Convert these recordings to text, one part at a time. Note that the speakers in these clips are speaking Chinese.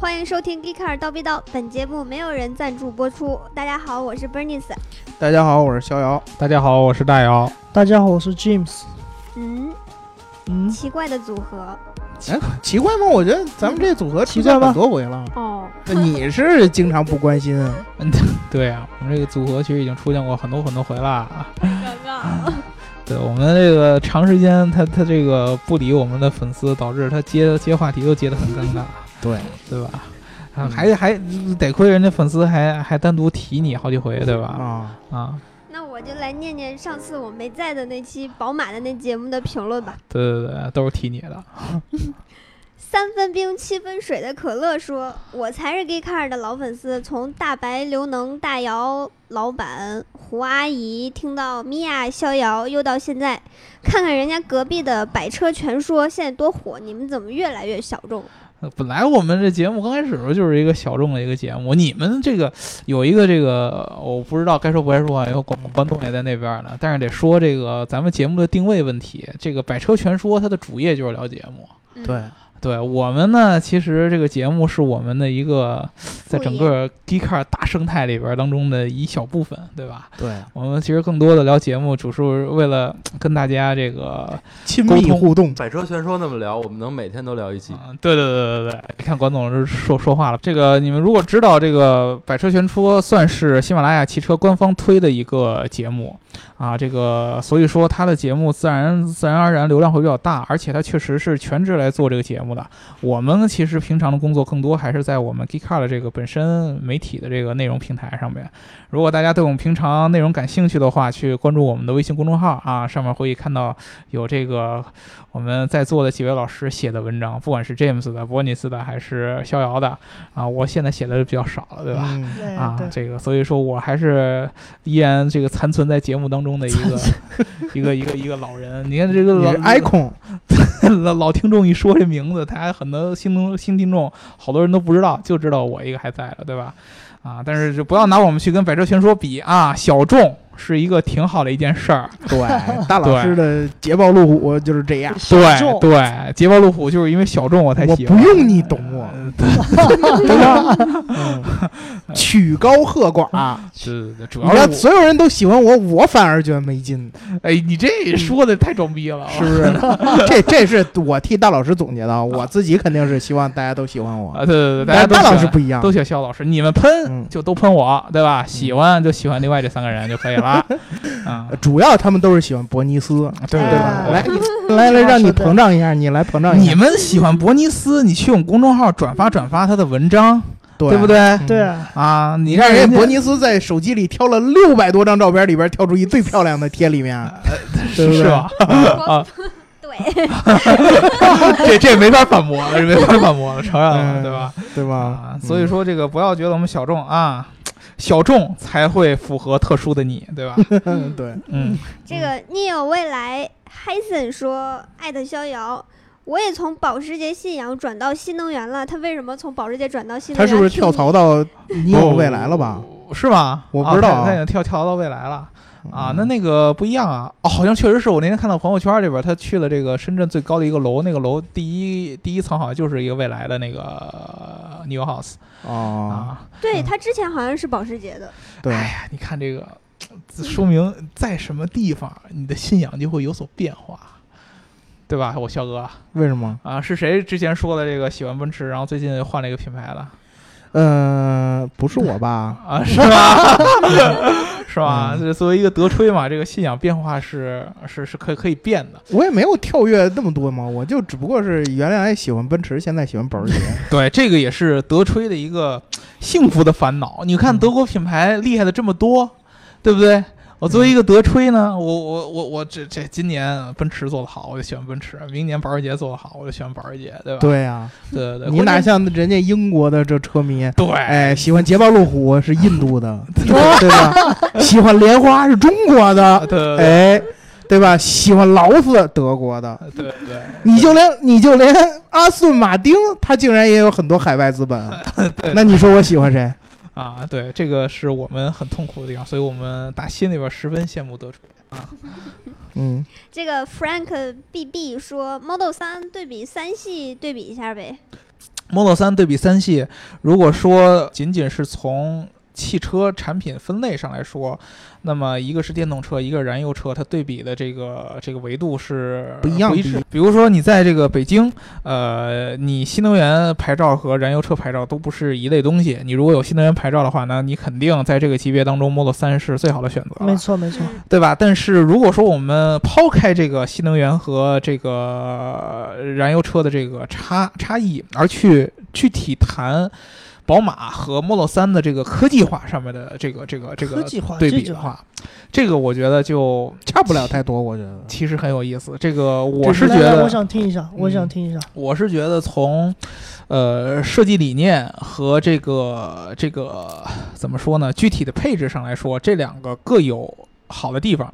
欢迎收听《g e e k a r 叨逼叨》，本节目没有人赞助播出。大家好，我是 Bernice。大家好，我是逍遥。大家好，我是大姚。大家好，我是 James。嗯，嗯，奇怪的组合哎奇怪吗？我觉得咱们这组合奇怪吗出现很多回了。哦，你是经常不关心，对啊，我们这个组合其实已经出现过很多很多回啦。尴尬。对我们这个长时间他他这个不理我们的粉丝，导致他接接话题都接得很尴尬，对，对吧？啊，嗯还还得亏人家粉丝还还单独提你好几回，对吧？啊，啊，那我就来念念上次我没在的那期宝马的那节目的评论吧。对对对，都是提你的。三分冰七分水的可乐说：“我才是 g e e k a r 的老粉丝，从大白、刘能、大姚老板、胡阿姨听到米娅、逍遥，又到现在，看看人家隔壁的百车全说现在多火，你们怎么越来越小众？呃本来我们这节目刚开始的时候就是一个小众的一个节目，你们这个有一个这个我不知道该说不该说啊，有广观众也在那边呢，但是得说这个咱们节目的定位问题，这个百车全说它的主业就是聊节目。嗯、对，对我们呢，其实这个节目是我们的一个在整个 g e e k a r 大生态里边当中的一小部分，对吧？对，我们其实更多的聊节目，主是为了跟大家这个亲沟密通互动，百车全说那么聊，我们能每天都聊一期。啊，对对对对对，你看管总是说说话了。这个你们如果知道，这个百车全说算是喜马拉雅汽车官方推的一个节目啊，这个所以说它的节目自然自然而然流量会比较大，而且它确实是全职来做这个节目的。我们其实平常的工作更多还是在我们 Geekcar 的这个本身媒体的这个内容平台上面。如果大家对我们平常内容感兴趣的话，去关注我们的微信公众号啊，上面会看到有这个我们在座的几位老师写的文章，不管是 James 的、博尼斯的还是逍遥的啊，我现在写的比较少了，对吧？嗯啊，对，这个，所以说我还是依然这个残存在节目当中的一个 一个一个一个老人。你看这个你老是 icon， 老老听众一说这名字，他还很多新听新听众，好多人都不知道，就知道我一个还在了，对吧？啊，但是就不要拿我们去跟百车全说比啊，小众是一个挺好的一件事儿。 对，大老师的捷豹路虎就是这样。小对众对，捷豹路虎就是因为小众我才我喜欢。嗯不用你懂我，嗯对吧？嗯曲高和寡，是是主你要是看我所有人都喜欢我，我反而觉得没劲，哎，你这说的太装逼了，是不是？ 这这是我替大老师总结的，我自己肯定是希望大家都喜欢我，啊？对对对，但家是都大老喜师欢不一样都，喜欢肖老师，你们啊嗯喷就都喷我，对吧？喜欢就喜欢另外这三个人就可以了。 啊，主要他们都是喜欢伯尼斯，对对对吧？对来，来来，让你膨胀一下，你来膨胀一下，你们喜欢伯尼斯，你去我们公众号转发转发他的文章，对不？对？嗯对，啊，啊，你你看让人人家家伯尼斯在手机里挑了六百多张照片，里边挑出一最漂亮的贴里面，对不对呃是 吧？啊， 对，这这没法反驳了，这没法反驳了，承认了，嗯啊对吧？对吧嗯啊，？所以说这个不要觉得我们小众啊，小众才会符合特殊的你，对吧？ 嗯，对，嗯，这个你有未来 Hyson 说艾特逍遥。”我也从保时捷信仰转到新能源了，他为什么从保时捷转到新能他源？是不是跳？槽到你有未来了吧？不？是吗？我不知道啊啊他他已经跳跳到未来了。嗯啊，那那个不一样啊！哦，好像确实是我那天看到朋友圈里边，他去了这个深圳最高的一个楼，那个楼第一第一层好像就是一个未来的那个呃 new house 哦，啊。 对他之前好像是保时捷的，对，哎呀，你看这个，这说明在什么地方你的信仰就会有所变化，对吧？我肖哥为什么？啊，是谁之前说的这个喜欢奔驰，然后最近换了一个品牌的呃，不是我吧？啊？是吗？ 是吧？嗯这作为一个德吹嘛，这个信仰变化是是是可以可以变的。 我也没有跳跃那么多嘛，我就只不过是原来喜欢奔驰，现在喜欢保时捷。对，这个也是德吹的一个幸福的烦恼。你嗯看德国品牌厉害的这么多，对不对？我作为一个德吹呢，我我我我这这今年奔驰做得好，我就喜欢奔驰；明年保时捷做得好，我就喜欢保时捷，对啊吧？对呀，对对对，你关哪键像人家英国的这车迷？对？哎，喜欢捷豹路虎是印度的， 对吧？喜欢莲花是中国啊的，对对对哎，对吧？喜欢劳斯德国的，对对对你就连你就连阿斯顿马丁，它竟然也有很多海外资本，啊 那你说我喜欢谁？啊，对，这个是我们很痛苦的地方，所以我们打心里边十分羡慕德吹啊。嗯，这个 Frank BB 说 Model 三对比三系对比一下呗。 Model 3对比三系，如果说仅仅是从汽车产品分类上来说，那么一个是电动车，一个燃油车，它对比的这个这个维度是不一样一致。比如说你在这个北京，呃，你新能源牌照和燃油车牌照都不是一类东西。你如果有新能源牌照的话，那你肯定在这个级别当中，Model 3是最好的选择了。没错没错，嗯对吧？但是如果说我们抛开这个新能源和这个呃燃油车的这个差差异，而去具体谈宝马和 Model 3的这个科技化上面的这个这个这科个技化对这啊比句的话，话，这个我觉得就差不了太多，我觉得。其实很有意思。这个我是来觉来得我，想听一下，我想嗯听一下，我是觉得从，呃，设计理念和这个这个怎么说呢？具体的配置上来说，这两个各有好的地方。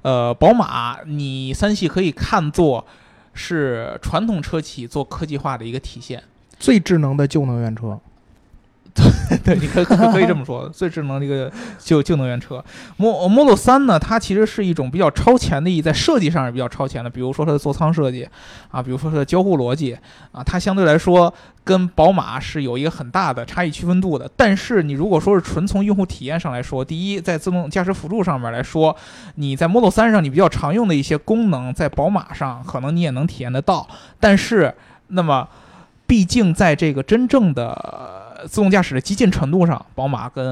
呃，宝马你三系可以看作是传统车企做科技化的一个体现， 最智能的旧能源车，对，你可可可以这么说， 最智能的一个旧旧能源车。Mo- Model 三呢，它其实是一种比较超前的意义，在设计上是比较超前的，比如说它的座舱设计啊，比如说它的交互逻辑啊，它相对来说跟宝马是有一个很大的差异区分度的。但是你如果说是纯从用户体验上来说，第一，在自动驾驶辅助上面来说，你在 Model 三上你比较常用的一些功能，在宝马上可能你也能体验得到，但是那么。毕竟在这个真正的呃自动驾驶的激进程度上，宝马跟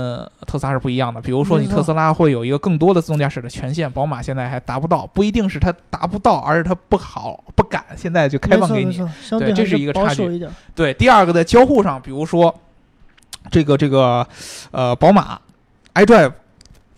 特斯拉是不一样的。比如说，你没错特斯拉会有一个更多的自动驾驶的权限，宝马现在还达不到，不一定是它达不到，而是它不好不敢现在就开没放错给没你。错，相对对这还是一个保差守距一点，对，第二个在交互上，比如说这个这个呃，宝马 iDrive，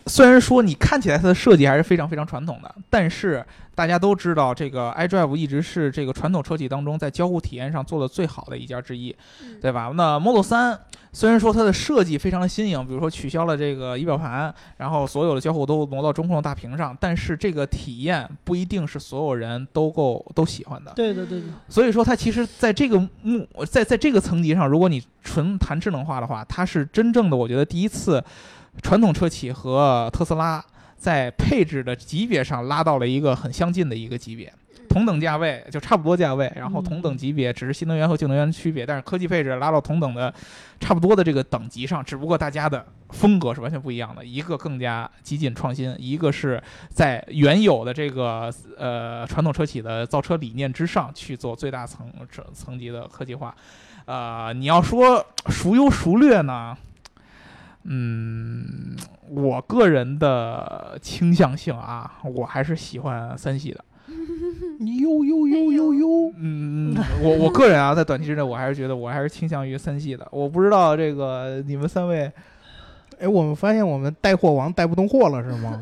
虽然说你看起来它的设计还是非常非常传统的，但是大家都知道，这个 iDrive 一直是这个传统车企当中在交互体验上做的最好的一家之一。嗯对吧？那 Model 3虽然说它的设计非常的新颖，比如说取消了这个仪表盘，然后所有的交互都挪到中控大屏上，但是这个体验不一定是所有人都够都喜欢的。对对对对，所以说，它其实在这个目在在这个层级上，如果你纯谈智能化的话，它是真正的我觉得第一次传统车企和特斯拉在配置的级别上拉到了一个很相近的一个级别。同等价位就差不多价位，然后同等级别，只是新能源和旧能源区别，但是科技配置拉到同等的、差不多的这个等级上，只不过大家的风格是完全不一样的，一个更加激进创新，一个是在原有的这个呃传统车企的造车理念之上去做最大层层层级的科技化。呃，你要说孰优孰劣呢？嗯，我个人的倾向性啊，我还是喜欢三系的。呦呦呦呦呦，嗯，我我个人啊，在短期之内，我还是觉得我还是倾向于三系的。我不知道这个你们三位，哎，我们发现我们带货王带不动货了是吗？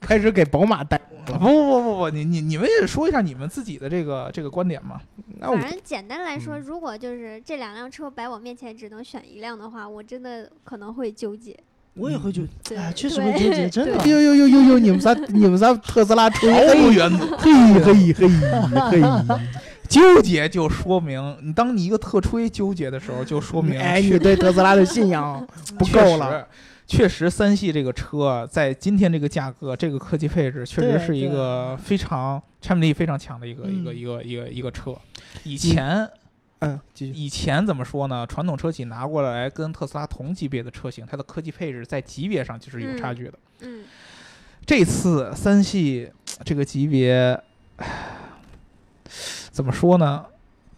开始给宝马带，不不不不，你你你们也说一下你们自己的这个这个观点嘛。那哎我反正简单来说，嗯如果就是这两辆车摆我面前只能选一辆的话，我真的可能会纠结。我也会觉对得，哎呀，确实对会 纠结，真 哎的。呦呦呦呦呦，你们仨你们仨特斯拉吹，毫无嘿原则，嘿嘿嘿 嘿。纠结就说明你当你一个特吹纠结的时候，就说明哎，确你对特斯拉的信 仰不够了。。确实确实，三系这个车在今天这个价格、这个科技配置，确实对啊是一个非常产品力非常强的一个一个嗯一个一个一个车。以前嗯，继续。以前怎么说呢？传统车企拿过来跟特斯拉同级别的车型，它的科技配置在级别上就是有差距的。嗯，这次三系嘖这个级别， 唉怎么说呢？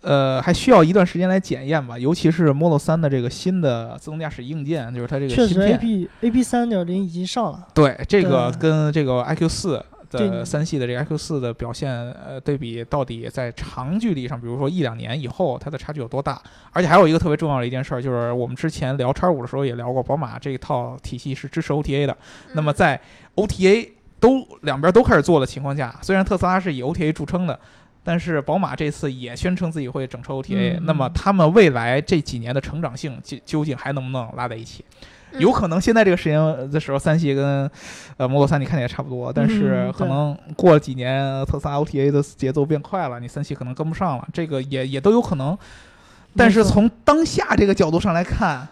呃，还需要一段时间来检验吧，尤其是 Model 3的这个新的自动驾驶硬件，就是它这个确芯实，A 片。 P A P 三点零已经上了，对，这个对跟这个 iQ 4的对三系的这个 iQ 4的表现，呃，对比到底在长距离上，比如说一两年以后，它的差距有多大？而且还有一个特别重要的一件事儿，就是我们之前聊叉五的时候也聊过，宝马这一套体系是支持 OTA 的。嗯那么在 OTA 都两边都开始做的情况下，虽然特斯拉是以 OTA 著称的，但是宝马这次也宣称自己会整车 OTA、嗯那么他们未来这几年的成长性究究竟还能不能拉在一起？嗯有可能现在这个时间的时候，三系跟呃 Model 三你看的也差不多，但是嗯可能过了几年，特斯拉 OTA 的节奏变快了，你三系可能跟不上了，这个也也都有可能。但是没错从当下这个角度上来看，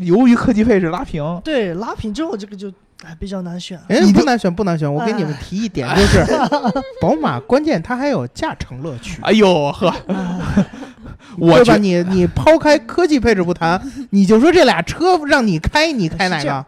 由于科技配置拉平，对拉平之后这个就哎比较难选。哎已，经不难选，不难选。我给你们提一点，就是 宝马，关键它还有驾乘乐趣。哎呦呵，哎我对觉吧？ 你你抛开科技配置不 谈，你就说这俩车让你开，你开哪是这个样？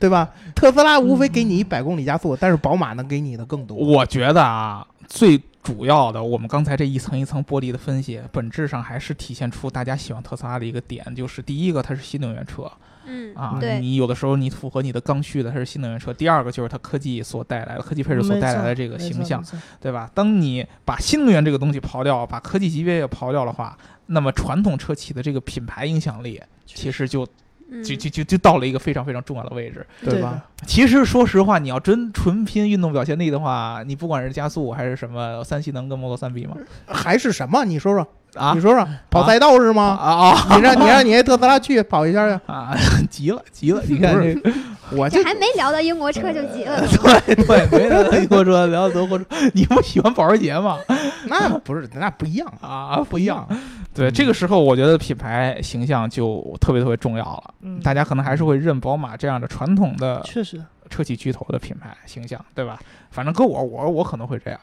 对吧？特斯拉无非给你一百公里加速，但是宝马能给你的更多。我觉得啊，最主要的，我们刚才这一层一层剥离的分析，本质上还是体现出大家喜欢特斯拉的一个点，就是第一个，它是新能源车嗯啊，对，你有的时候你符合你的刚需的，它是新能源车；第二个就是它科技所带来的科技配置所没带来错的这个哎没形错象没，错对吧？当你把新能源这个东西刨掉，把科技级别也刨掉的话，那么传统车企的这个品牌影响力，其实就嗯就就就就到了一个非常非常重要的位置。对吧？其实说实话，你要真纯拼运动表现力的话，你不管是加速还是什么，三系能跟 Model 3比吗？还是什么？你说说，啊你说说，跑赛道是吗？啊啊你让你让你那特斯拉去跑一下去， 啊！急了急了！你看不这是 啊我这就还没聊到英国车就急 了呢，对对，没聊德国车，聊德国车，你不喜欢保时捷吗？那啊不是那不一样，啊，不一样。嗯对，这个时候我觉得品牌形象就特别特别重要了。嗯，大家可能还是会认宝马这样的传统的确实车企巨头的品牌形象，对吧？反正搁我，我我可能会这样。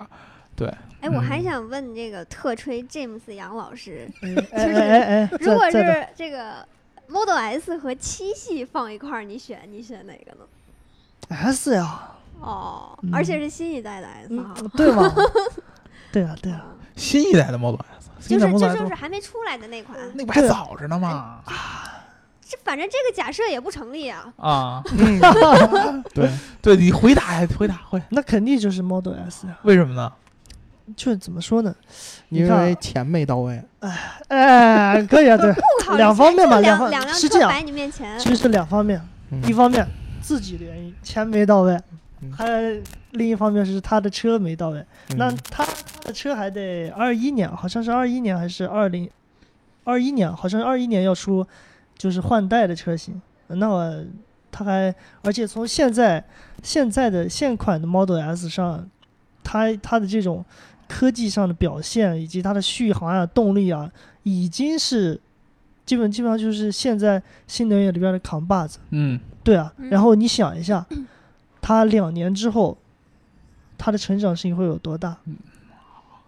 哎，我还嗯想问这个特吹 James 杨老师，哎哎哎哎，如果在在的是这个 Model S 和七系放一块儿，你选你选哪个呢？ S 呀，哦，嗯而且是新一代的 S 嗯哈，，对吧？ 对呀对啊呀，哦新一代的 Model S，新就一代是 Model 这 S 就是还没出来的那款，啊那不还早着呢吗？这反正这个假设也不成立啊。啊，嗯，对， 对你回答呀，回答回答，那肯定就是 Model S 呀，为什么呢？就怎么说呢？你因看啊为钱没到位。哎，可以 啊，对，不考虑两方面吧就两两方两辆是车这样摆你面前，其实是两方面，嗯一方面自己的原因，钱没到位嗯，还有另一方面是他的车没到位。那嗯他他的车还得二一年，好像是二一年还是二零二一年，好像是二一年要出就是换代的车型。那我他还而且从现在现在的现款的 Model S 上，它它的这种科技上的表现以及它的续航啊、动力啊，已经是基本基本上就是现在新能源里边的扛把子。嗯，对啊嗯，然后你想一下，它两年之后，它的成长性会有多大？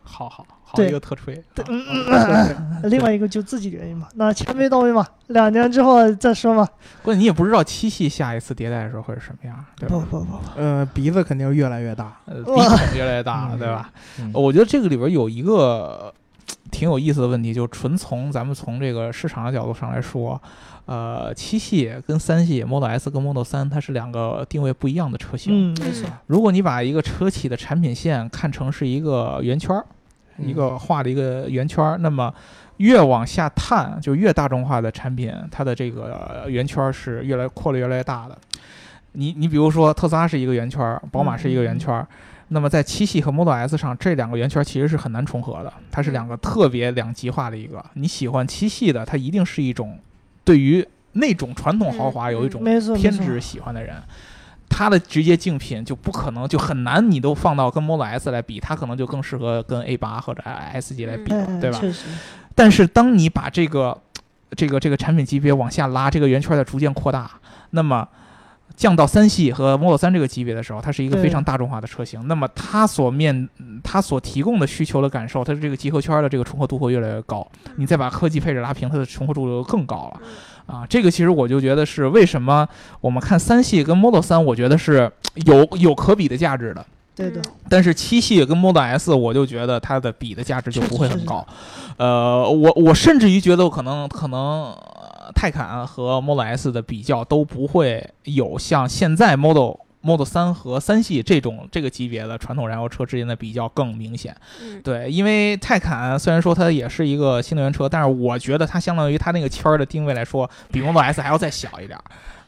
好好好对一个特吹，啊 嗯嗯嗯，另外一个就自己的原因嘛，那钱没到位嘛，两年之后再说嘛。关键你也不知道七系下一次迭代的时候会是什么样，对不吧？不不，呃，鼻子肯定越来越大。呃，鼻孔越来越大啊了，对吧？呃嗯我觉得这个里边有一个呃挺有意思的问题，就纯从咱们从这个市场的角度上来说，呃，七系跟三系 Model S 跟 Model 3它是两个定位不一样的车型。嗯，没错，如果你把一个车企的产品线看成是一个圆圈儿，嗯一个画了一个圆圈儿。那么越往下探，就越大众化的产品，它的这个呃圆圈儿是越来扩得越来越大的。你你比如说特斯拉是一个圆圈儿，宝马是一个圆圈儿。嗯那么在七系和 Model S 上，这两个圆圈儿其实是很难重合的，它嗯是两个特别两极化的一个。你喜欢七系的，它一定是一种对于那种传统豪华嗯有一种没错，没偏错执喜欢的人，他的直接竞品就不可能就很难，你都放到跟 Model S 来比，他可能就更适合跟 A 八或者 S 级来比，哎，对吧？确实，但是当你把这个这个这个产品级别往下拉，这个圆圈在逐渐扩大，那么。降到三系和 Model 3这个级别的时候，它是一个对非常大众化的车型。那么它所面嗯它所提供的需求的感受，它的这个集合圈的这个重合度会越来越高。你再把科技配置拉平，它的重合度就更高了。啊，这个其实我就觉得是为什么我们看三系跟 Model 3，我觉得是有有可比的价值的。对的，但是七系跟 Model S，我就觉得它的比的价值就不会很高。呃，我我甚至于觉得可能可能呃泰坦和 Model S 的比较都不会有像现在 Model。Model 3和三系这种这个级别的传统燃油车之间的比较更明显，嗯对，因为泰坦虽然说它也是一个新能源车，但是我觉得它相当于它那个圈儿的定位来说，比 Model S 还要再小一点儿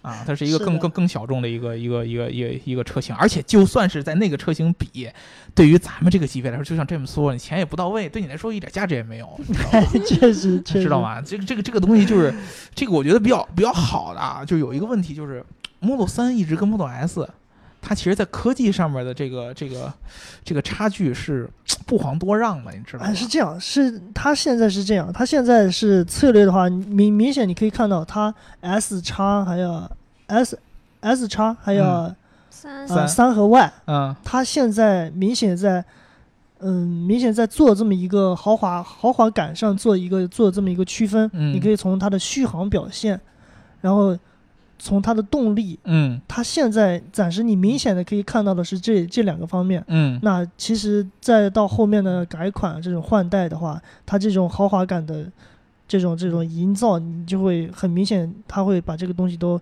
啊，它是一个是更的更更小众的一个一个一个一个一个车型，而且就算是在那个车型比，对于咱们这个级别来说，就像这么说，你钱也不到位，对你来说一点价值也没有，你知道吗确实，确实， 知道？吗？这个这个这个东西就是，这个我觉得比较比较好的啊，就有一个问题就是 Model 3一直跟 Model S，它其实在科技上面的这个这个这个差距是不遑多让的，你知道吗哎，？是这样，是它现在是这样，它现在是策略的话，明明显你可以看到它 S 叉还有 S S 叉还有、嗯三三呃三和 Y，嗯它现在明显在嗯，明显在做这么一个豪华豪华感上做一个做这么一个区分。嗯你可以从它的续航表现，然后从它的动力，嗯它现在暂时你明显的可以看到的是这这两个方面。嗯那其实再到后面的改款这种换代的话，它这种豪华感的这种这种营造，你就会很明显，它会把这个东西都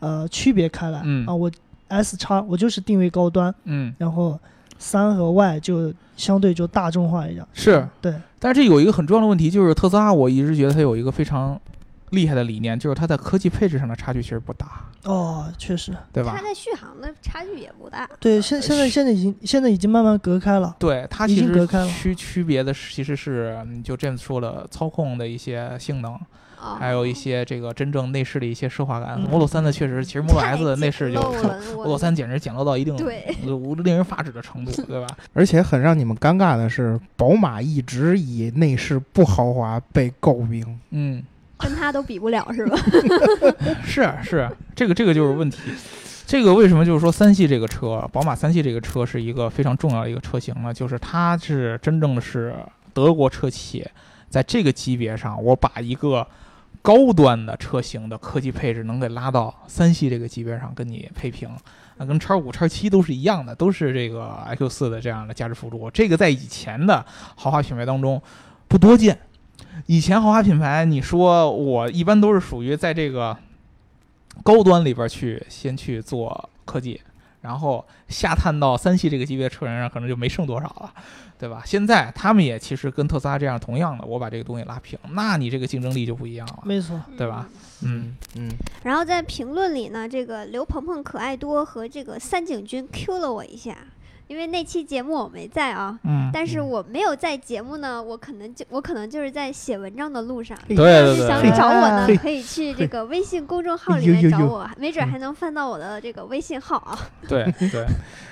呃区别开来。嗯啊，我 S 叉我就是定位高端，嗯，然后三和 Y 就相对就大众化一点。是。对，但是这有一个很重要的问题，就是特斯拉，我一直觉得它有一个非常厉害的理念，就是它在科技配置上的差距其实不大，哦，确实，对吧它？在续航的差距也不大。对，现现在现在已经现在已经慢慢隔开了。对它已其经实隔开了区区别的是其实是，嗯就 James 说了，操控的一些性能，哦哎还有一些这这个真正内饰的一些奢华感。嗯 Model 3的确实，其实 Model 太 S 的内饰就简陋了 Model 我3简直简陋到一定对无令人发指的程度，对吧？而且很让你们尴尬的是，宝马一直以内饰不豪华被诟病。嗯，跟它都比不了是吧？是啊是，这个这个就是问题。这个为什么就是说三系这个车，宝马三系这个车是一个非常重要的一个车型呢？就是它是真正的是德国车企在这个级别上，我把一个高端的车型的科技配置能给拉到三系这个级别上跟你配平。那跟叉五、叉七都是一样的，都是这个 iQ 四的这样的价值辅助。这个在以前的豪华品牌当中不多见。以前豪华品牌，你说我一般都是属于在这个高端里边去先去做科技，然后下探到三系这个级别的车人上，可能就没剩多少了，对吧？现在他们也其实跟特斯拉这样同样的，我把这个东西拉平，那你这个竞争力就不一样了。没错，对吧？嗯，嗯，然后在评论里呢，这个刘鹏鹏可爱多和这个三井君 Q 了我一下，因为那期节目我没在啊。嗯，但是嗯我没有在节目呢，我可能就我可能就是在写文章的路上。对对是想对，找我呢嘿，可以去这嘿个微信公众号里呦面呦找呦我，没准嗯还能翻到我的这个微信号啊。对 对，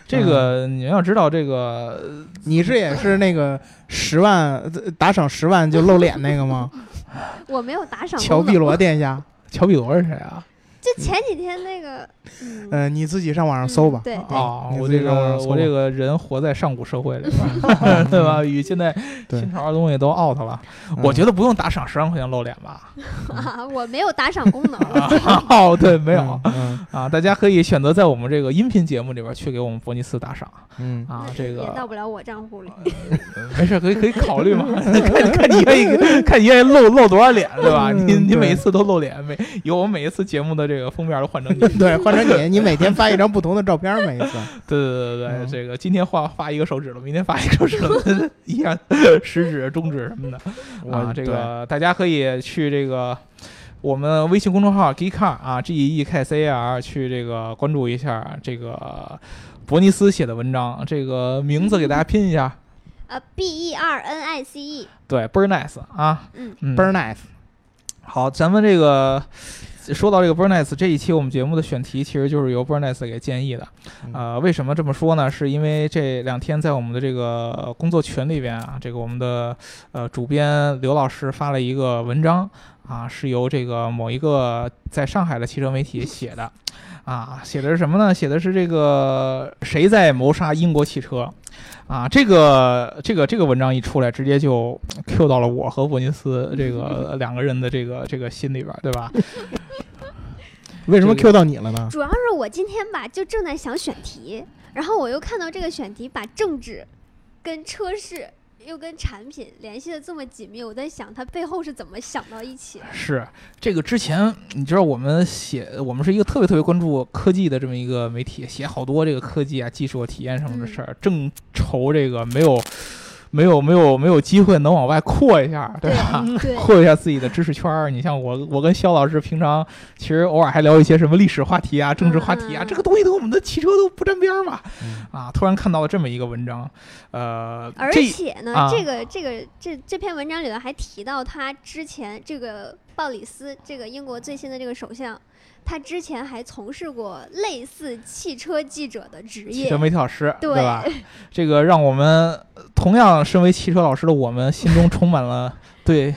这个嗯你要知道，这个你这也是那个十万呃打赏十万就露脸那个吗？我没有 打赏功乔能碧罗殿下，乔比罗是谁啊？就前几天那个，嗯，呃，你自己上网上搜吧嗯。对啊哦，你我自己这上网个上搜我这吧个人活在上古社会 里边，对吧？与现在对新潮的东西都 out 了，我嗯觉得不用打赏十万块钱露脸吧。。啊，我没有打赏功能啊，哦，对，没有嗯啊，大家可以选择在我们这个音频节目里边去给我们伯尼斯打赏嗯，啊那，这也到个呃不了我账户里。没事，可以可以考 虑嘛，看看你愿意看你愿意露露多少脸，对吧？嗯你你对每一次都露脸，每有我每一次节目的这个封面都换 成你，对嗯对，换成你，你每天发一张不同的照片，每一次。对对对对，嗯这个今天画画一个手指头，明天画一个手指头， 一样食指、中指什么的。啊，我这个大家可以去这个我们微信公众号 Geekcar 啊，G E E K C A R 去这个关注一下这个伯尼斯写的文章，这个名字给大家拼一下，呃，B E R N I C E，对倍儿 nice 啊，嗯嗯倍儿 nice。好，咱们这个说到这个 Burnice 这一期我们节目的选题，其实就是由 Burnice 给建议的。呃，为什么这么说呢？是因为这两天在我们的这个工作群里边啊，这个我们的呃主编刘老师发了一个文章啊，是由这个某一个在上海的汽车媒体写的。啊，写的是什么呢？写的是这个谁在谋杀英国汽车？啊，这个这个这个文章一出来，直接就 Q 到了我和伯尼斯这个两个人的这个这个心里边儿，对吧？为什么这个 Q 到你了嗯呢？主要是我今天吧，就正在想选题，然后我又看到这个选题把政治、跟车市又跟产品联系的这么紧密，我在想它背后是怎么想到一起的。是这个之前，你知道我们写，我们是一个特别特别关注科技的这么一个媒体，写好多这个科技啊、技术啊、体验什么的事嗯儿，正愁这个没有没有没有没有机会能往外扩一下，对啊吧？ 对，扩一下自己的知识圈儿。你像我，我跟肖老师平常其实偶尔还聊一些什么历史话题啊、政治话题啊，嗯这个东西跟我们的汽车都不沾边儿嘛。嗯啊，突然看到了这么一个文章，呃，而这且呢，啊这个这个这这篇文章里头还提到他之前这个鲍里斯，这个英国最新的这个首相，他之前还从事过类似汽车记者的职汽业车。媒体老师，对吧？这个让我们呃同样身为汽车老师的我们，心中充 满了对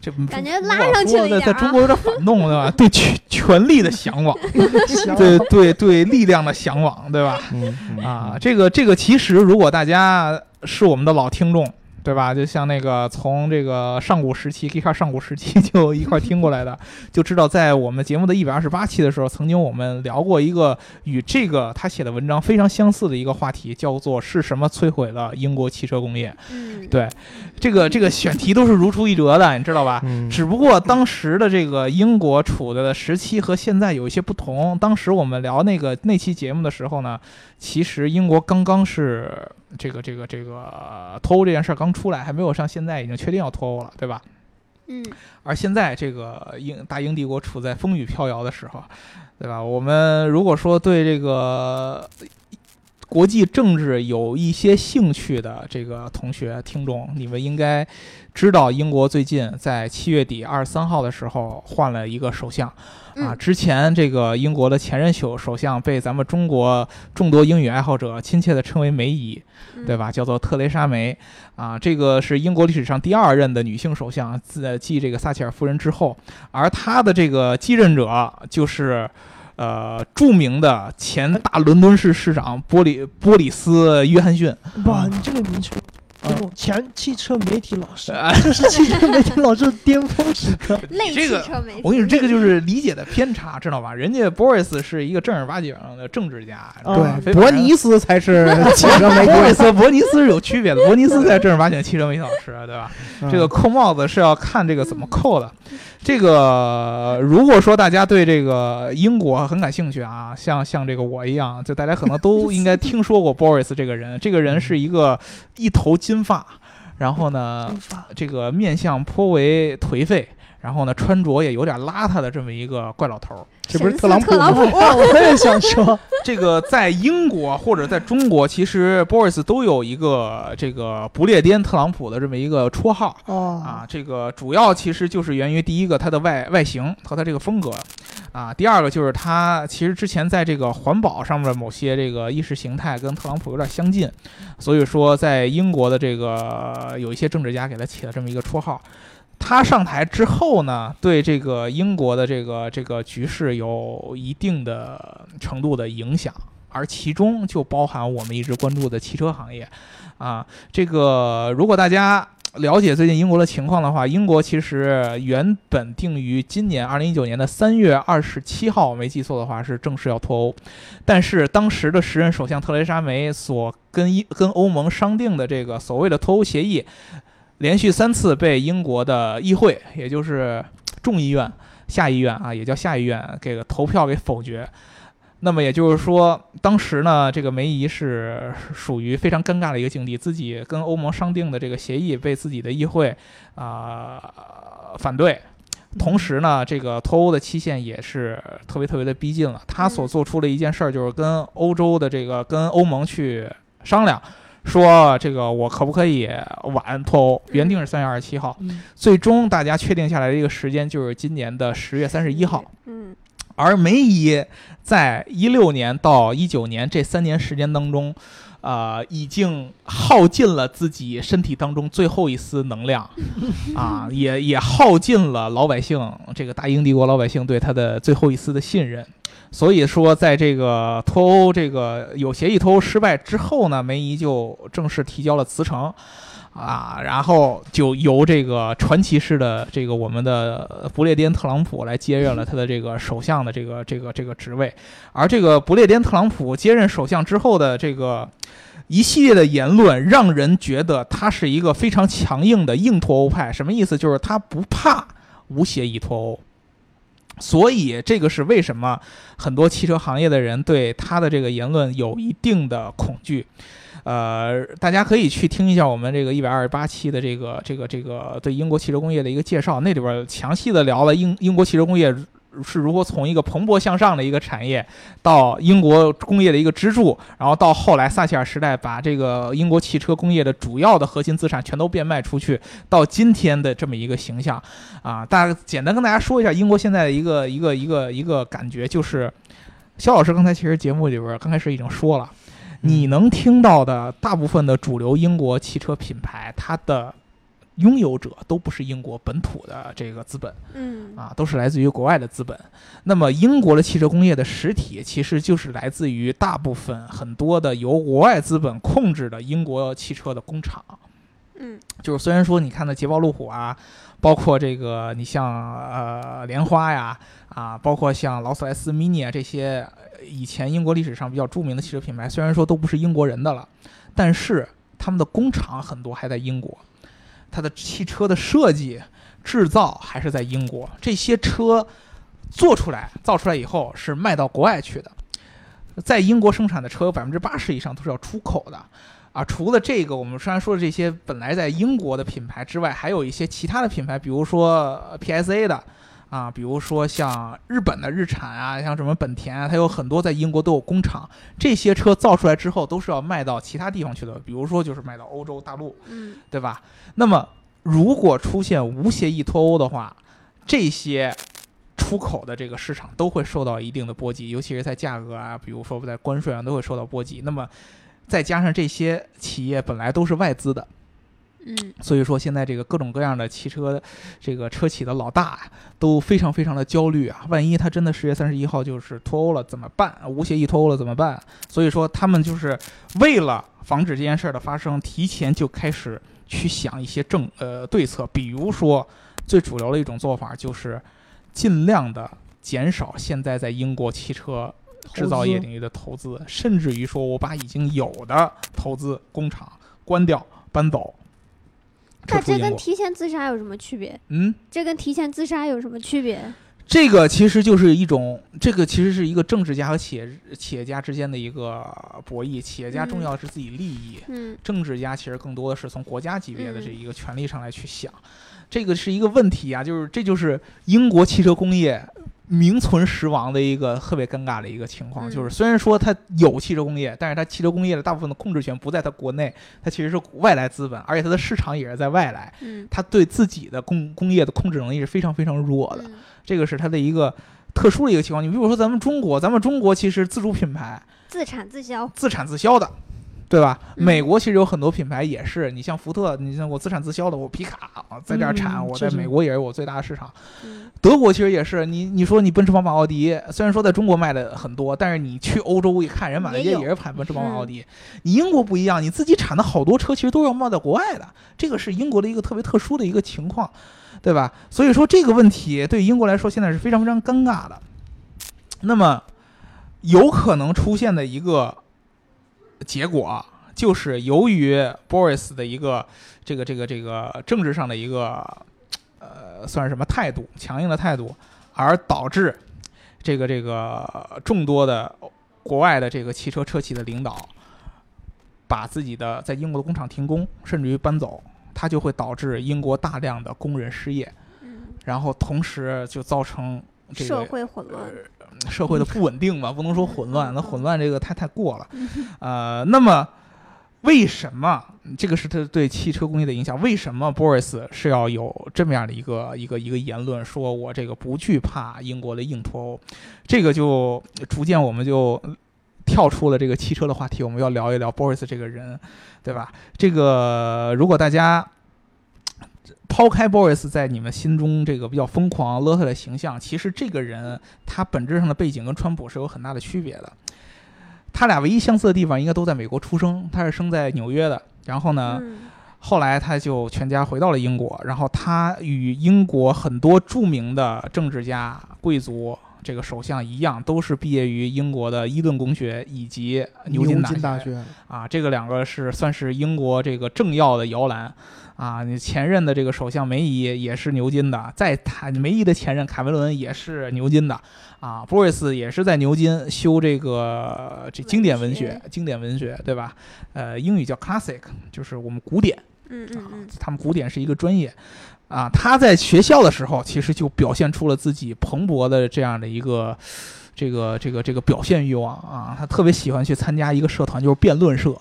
这嗯感觉拉上去了我一说点在在儿啊中国有点反动，对吧？对权权力的向往， 行对对对力量的向往，对吧？嗯嗯啊啊，这个这个其实如果大家是我们的老听众，对吧？就像那个从这个上古时期，可以看上古时期就一块儿听过来的， 就知道在我们节目的一百二十八期的时候，曾经我们聊过一个与这个他写的文章非常相似的一个话题，叫做“是什么摧毁了英国汽车工业嗯，”。对，这个这个选题都是如出一辙的，你知道吧？嗯只不过当时的这个英国处的时期和现在有一些不同。当时我们聊那个那期节目的时候呢，其实英国刚刚是这个这个这个呃脱欧这件事儿刚出来，还没有像现在已经确定要脱欧了，对吧？嗯，而现在这个英大英帝国处在风雨飘摇的时候，对吧？我们如果说对这个国际政治有一些兴趣的这个同学听众，你们应该知道，英国最近在七月底二十三号的时候换了一个首相。啊，嗯之前这个英国的前任首首相被咱们中国众多英语爱好者亲切地称为梅姨，对？吧？叫做特蕾莎梅啊，这个是英国历史上第二任的女性首相，自继这个撒切尔夫人之后，而她的这个继任者就是。呃，著名的前大伦敦市市长波里波里斯约翰逊，哇，你这个名称，啊这种前汽车媒体老师啊，这是汽车媒体老师的巅峰时刻。类这汽个车媒体，我跟你说，这个就是理解的偏差，知道吧？人家 Boris 是一个正儿八经的政治家，嗯哦啊对，伯尼斯才是汽车 媒博体尼斯伯尼斯是有区别的，伯尼斯才正儿八经汽车媒体老师，对吧？嗯这个扣帽子是要看这个怎么扣的。这个如果说大家对这个英国很感兴趣啊，像像这个我一样，就大家可能都应该听说过 Boris 这个人。这个人是一个一头金发，然后呢， 这个面相颇为颓废。然后呢，穿着也有点邋遢的这么一个怪老头儿，这不是神特似朗普特朗吗？普，哦哇，我也想说，这个在英国或者在中国，其实 Boris 都有一个这个不列颠特朗普的这么一个绰号。啊 哦，，这个主要其实就是源于第一个它的外外形和它这个风格，啊，第二个就是它其实之前在这个环保上面的某些这个意识形态跟特朗普有点相近，所以说在英国的这个呃有一些政治家给他起了这么一个绰号。他上台之后呢，对这个英国的这个这个局势有一定的程度的影响，而其中就包含我们一直关注的汽车行业，啊，这个如果大家了解最近英国的情况的话，英国其实原本定于今年二零一九年的三月二十七号，我没记错的话是正式要脱欧，但是当时的时任首相特蕾莎梅所跟英跟欧盟商定的这个所谓的脱欧协议，连续三次被英国的议会，也就是众议院、下议院啊，也叫下议院，给投票给否决。那么也就是说，当时呢，这个梅姨是属于非常尴尬的一个境地，自己跟欧盟商定的这个协议被自己的议会啊、反对，同时呢，这个脱欧的期限也是特别特别的逼近了。他所做出的一件事儿就是跟欧洲的这个跟欧盟去商量，说这个我可不可以晚脱欧？原定是三月二十七号，嗯最终大家确定下来的一个时间就是今年的十月三十一号。嗯，而梅姨在一六年到一九年这三年时间当中，呃，已经耗尽了自己身体当中最后一丝能量，啊，也也耗尽了老百姓这个大英帝国老百姓对他的最后一丝的信任。所以说，在这个脱欧这个有协议脱欧失败之后呢，梅姨就正式提交了辞呈。啊，然后就由这个传奇式的这个我们的呃不列颠特朗普来接任了他的这个首相的这个这个这个职位，而这个不列颠特朗普接任首相之后的这个一系列的言论，让人觉得他是一个非常强硬的硬脱欧派。什么意思？就是他不怕无协议脱欧。所以，这个是为什么很多汽车行业的人对他的这个言论有一定的恐惧。呃，大家可以去听一下我们这个一百二十八期的这个这个这个对英国汽车工业的一个介绍，那里边详细的聊了英英国汽车工业是如何从一个蓬勃向上的一个产业，到英国工业的一个支柱，然后到后来撒切尔时代把这个英国汽车工业的主要的核心资产全都变卖出去，到今天的这么一个形象啊，大家简单跟大家说一下英国现在的一个一个一个一个感觉就是。肖老师刚才其实节目里边刚开始已经说了，嗯你能听到的大部分的主流英国汽车品牌，它的拥有者都不是英国本土的这个资本嗯啊，都是来自于国外的资本。那么英国的汽车工业的实体其实就是来自于大部分很多的由国外资本控制的英国汽车的工厂。嗯就是虽然说你看的捷豹路虎啊，包括这个你像呃莲花呀啊，包括像劳斯莱斯 Mini 啊这些呃以前英国历史上比较著名的汽车品牌，虽然说都不是英国人的了，但是他们的工厂很多还在英国，它的汽车的设计制造还是在英国，这些车做出来造出来以后是卖到国外去的。在英国生产的车有百分之八十以上都是要出口的，啊，除了这个，我们虽然说的这些本来在英国的品牌之外，还有一些其他的品牌，比如说呃 PSA 的啊，比如说像日本的日产啊，像什么本田啊，它有很多在英国都有工厂。这些车造出来之后，都是要卖到其他地方去的，比如说就是卖到欧洲大陆，嗯对吧？那么如果出现无协议脱欧的话，这些出口的这个市场都会受到一定的波及，尤其是在价格啊，比如说在关税上都会受到波及。那么再加上这些企业本来都是外资的，嗯所以说现在这个各种各样的汽车，这个车企的老大都非常非常的焦虑啊，万一他真的十月三十一号就是脱欧了怎么办？无协议脱欧了怎么办？所以说他们就是为了防止这件事儿的发生，提前就开始去想一些政呃对策，比如说最主流的一种做法就是尽量的减少现在在英国汽车制造业领域的投资，甚至于说我把已经有的投资工厂关掉、搬走。撤那出这英跟国。提前自杀有什么区别？嗯，这跟提前自杀有什么区别？这个其实就是一种，这个其实是一个政治家和企业企业家之间的一个博弈。企业家重要的是自己利益，嗯政治家其实更多的是从国家级别的这一个权力上来去想，这个是一个问题啊，就是这就是英国汽车工业名存实亡的一个特别尴尬的一个情况，嗯就是虽然说它有汽车工业，但是它汽车工业的大部分的控制权不在它国内，它其实是外来资本，而且它的市场也是在外来，嗯它对自己的工工业的控制能力是非常非常弱的。嗯这个是它的一个特殊的一个情况。你比如说咱们中国，咱们中国其实自主品牌自产自销。自产自销的，对吧？嗯美国其实有很多品牌也是，你像福特，你像我自产自销的，我皮卡啊在这儿产，嗯我在是是美国也是我最大的市场。嗯德国其实也是，你你说你奔驰、宝马、奥迪，虽然说在中国卖的很多，但是你去欧洲一看，人满大街也有也是产奔驰、宝马、嗯奥迪。你英国不一样，你自己产的好多车其实都要卖到国外的，这个是英国的一个特别特殊的一个情况，对吧？所以说这个问题对英国来说现在是非常非常尴尬的。那么有可能出现的一个结果啊，就是由于 Boris 的一个这个这个这个政治上的一个呃算是什么态度，强硬的态度，而导致这个这个众多的国外的这个汽车车企的领导把自己的在英国的工厂停工，甚至于搬走，它就会导致英国大量的工人失业，嗯，然后同时就造成这社个会混乱。呃社会的不稳定吧，不能说混乱，那嗯混乱这个太太过了。呃，那么为什么这个是他对汽车工业的影响？为什么 Boris 是要有这么样的一个一个一个言论，说我这个不惧怕英国的硬脱欧？这个就逐渐我们就。跳出了这个汽车的话题，我们要聊一聊 Boris 这个人，对吧？这个如果大家抛开 Boris 在你们心中这个比较疯狂邋遢的形象，其实这个人他本质上的背景跟川普是有很大的区别的。他俩唯一相似的地方应该都在美国出生，他是生在纽约的，然后呢，嗯后来他就全家回到了英国，然后他与英国很多著名的政治家、贵族、这个首相一样，都是毕业于英国的伊顿公学以及牛津津大学。大学，啊，这个两个是算是英国这个政要的摇篮啊。你前任的这个首相梅姨也是牛津的，在他梅姨的前任卡梅伦也是牛津的啊，b o r i s 也是在牛津修这个这经典文学文，经典文学对吧？呃，英语叫 classic，就是我们古典。嗯啊嗯，他们古典是一个专业，啊，他在学校的时候其实就表现出了自己蓬勃的这样的一个这个这个这个表现欲望啊，他特别喜欢去参加一个社团，就是辩论社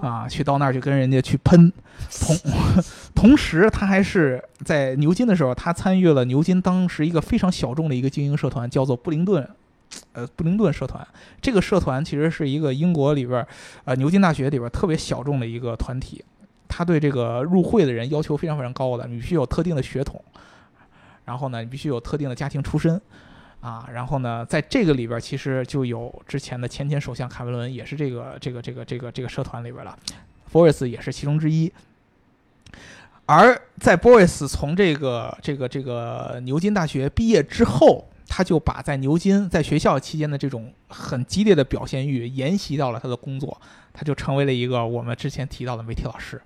嗯，啊，去到那儿去跟人家去喷，同同时他还是在牛津的时候，他参与了牛津当时一个非常小众的一个精英社团，叫做布灵顿。呃，布灵顿社团这个社团其实是一个英国里边儿，呃，牛津大学里边儿特别小众的一个团体，他对这个入会的人要求非常非常高的，你必须有特定的血统，然后呢，你必须有特定的家庭出身。啊，然后呢，在这个里边儿其实就有之前的前前首相卡梅伦，也是这个这个这个这个这个社团里边儿了，Boris 也是其中之一。而在 Boris 从这个这个这个牛津大学毕业之后，他就把在牛津在学校期间的这种很激烈的表现欲沿袭到了他的工作，他就成为了一个我们之前提到的媒体老师。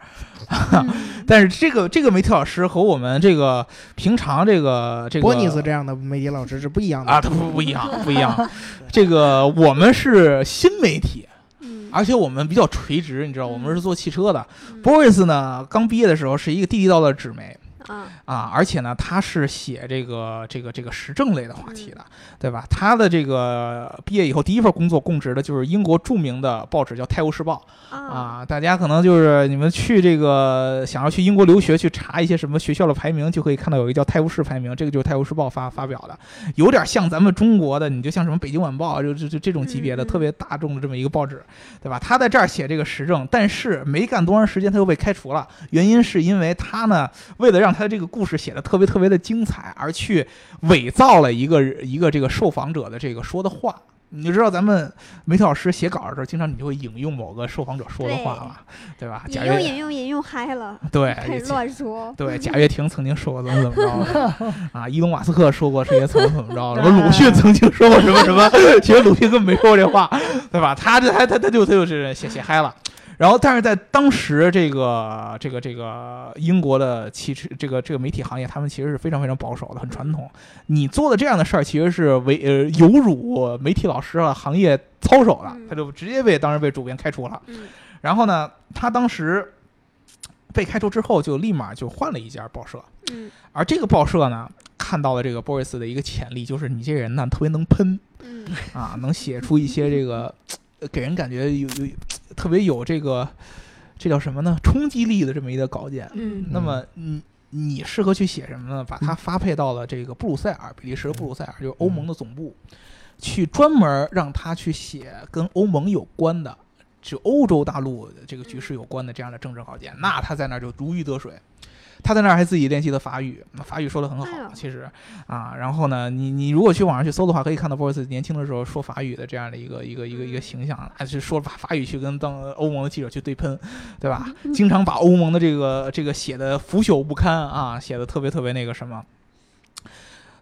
但是这个这个媒体老师和我们这个平常这个这个波尼斯这样的媒体老师是不一样的啊，它不不一样，不一样。这个我们是新媒体，嗯，而且我们比较垂直，你知道，我们是做汽车的。嗯 Boris 呢，刚毕业的时候是一个地地道道的纸媒啊，啊，而且呢，他是写这个这个这个时政类的话题的，对吧？他的这个毕业以后第一份工作供职的就是英国著名的报纸叫《泰晤士报》。啊，啊，大家可能就是你们去这个想要去英国留学去查一些什么学校的排名，就可以看到有一个叫《泰晤士排名》，这个就是《泰晤士报发》发表的，有点像咱们中国的，你就像什么《北京晚报》啊就就就这种级别嗯的嗯特别大众的这么一个报纸，对吧？他在这儿写这个时政，但是没干多长时间他又被开除了，原因是因为他呢，为了让他这个故事写的特别特别的精彩，而去伪造了一个一个这个受访者的这个说的话。你就知道咱们媒体老师写稿的时候，经常你就会引用某个受访者说的话对嘛，对吧？引贾用跃引用引用嗨了，对开始嗯乱说，对贾跃亭曾经说过怎么怎么着的啊，伊隆马斯克说过谁怎么怎么着，什么鲁 迅曾经说过什么什么，其实鲁迅根本没说过这话，对吧？他这他他他就他就是写写嗨了。然后，但是在当时这个这个这个英国的汽车这个这个媒体行业，他们其实是非常非常保守的，很传统。你做的这样的事儿，其实是违呃有辱媒体老师啊行业操守的嗯，他就直接被当时被主编开除了。嗯然后呢，他当时被开除之后，就立马就换了一家报社，嗯而这个报社呢，看到了这个 Boris 的一个潜力，就是你这人呢特别能喷嗯啊，能写出一些这个呃给人感觉有有特别有这个这叫什么呢冲击力的这么一个稿件。嗯那么你你适合去写什么呢？把它发配到了这个布鲁塞尔，比利时的布鲁塞尔，就是欧盟的总部，去专门让他去写跟欧盟有关的，就欧洲大陆这个局势有关的这样的政治稿件。那他在那儿就如鱼得水。他在那儿还自己练习的法语，法语说的很哎呦好，其实啊，然后呢，你你如果去网上去搜的话，可以看到 Boris 年轻的时候说法语的这样的一个一个一个一个形象，还是说法法语去跟当欧盟的记者去对喷，对吧？经常把欧盟的这个这个写的腐朽不堪啊，写的特别特别那个什么。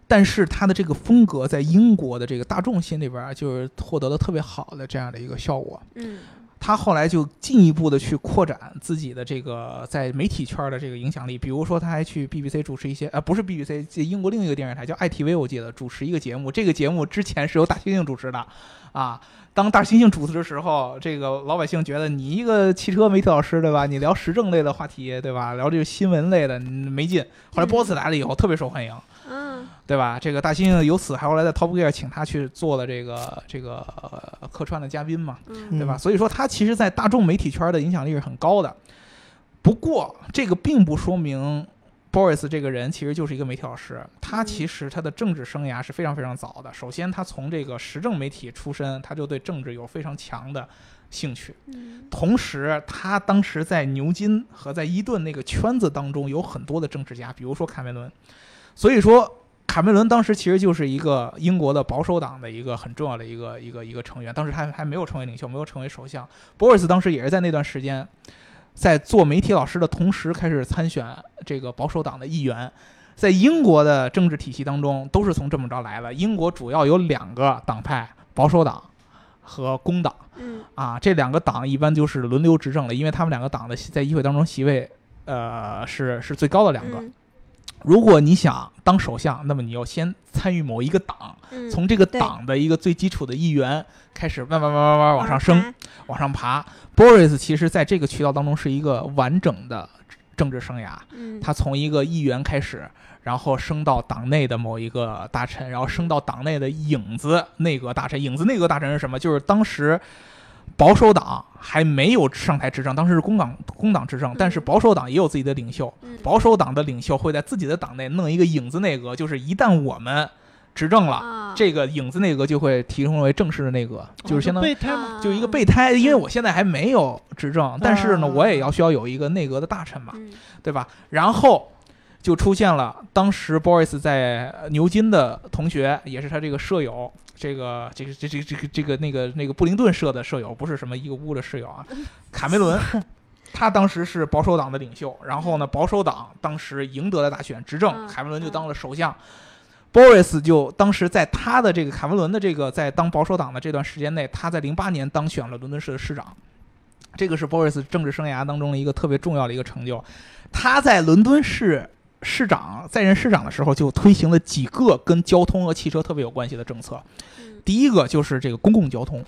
但是他的这个风格在英国的这个大众心里边儿，就是获得了特别好的这样的一个效果。嗯他后来就进一步的去扩展自己的这个在媒体圈的这个影响力，比如说他还去 BBC 主持一些，呃，不是 BBC，这英国另一个电视台叫 ITV，我记得主持一个节目。这个节目之前是由大猩猩主持的，啊，当大猩猩主持的时候，这个老百姓觉得你一个汽车媒体老师对吧，你聊时政类的话题对吧，聊这个新闻类的你没劲。后来波茨来了以后，特别受欢迎。嗯对吧？这个大猩猩由此还后来在 Top Gear 请他去做了这个这个、呃、客串的嘉宾嘛，嗯对吧？所以说他其实，在大众媒体圈的影响力是很高的。不过，这个并不说明 Boris 这个人其实就是一个媒体老师。他嗯其实他的政治生涯是非常非常早的。首先，他从这个时政媒体出身，他就对政治有非常强的兴趣。嗯同时，他当时在牛津和在伊顿那个圈子当中有很多的政治家，比如说卡梅伦。所以说，卡梅伦当时其实就是一个英国的保守党的一个很重要的一个一个一个成员，当时还还没有成为领袖，没有成为首相。博尔斯当时也是在那段时间，在做媒体老师的同时，开始参选这个保守党的议员。在英国的政治体系当中，都是从这么着来的。英国主要有两个党派，保守党和工党。嗯啊，这两个党一般就是轮流执政了，因为他们两个党的席在议会当中席位，呃，是是最高的两个。嗯如果你想当首相，那么你要先参与某一个党，嗯从这个对党的一个最基础的议员开始，慢慢慢慢慢慢往上升，，嗯往上爬。Boris 其实在这个渠道当中是一个完整的政治生涯，嗯他从一个议员开始，然后升到党内的某一个大臣，然后升到党内的影子内阁大臣。影子内阁大臣是什么？就是当时保守党还没有上台执政，当时是工党工党执政嗯，但是保守党也有自己的领袖。嗯保守党的领袖会在自己的党内弄一个影子内阁，就是一旦我们执政了，啊，哦这个影子内阁就会提升为正式的内阁，就是相当于备胎嘛，就一个啊备胎，因为我现在还没有执政，但是呢，啊我也要需要有一个内阁的大臣嘛，嗯对吧？然后就出现了当时 Boris 在呃牛津的同学，也是他这个舍友，这个这个这这这个这个那个那个布林顿社的舍友，不是什么一个屋的室友 啊，卡梅伦。他当时是保守党的领袖，然后呢，保守党当时赢得了大选，执政，嗯卡梅伦就嗯当了首相。Boris 就当时在他的这个卡梅伦的这个在当保守党的这段时间内，他在零八年当选了伦敦市的市长，这个是 Boris 政治生涯当中的一个特别重要的一个成就。他在伦敦市市长在任市长的时候，就推行了几个跟交通和汽车特别有关系的政策。嗯第一个就是这个公共交通。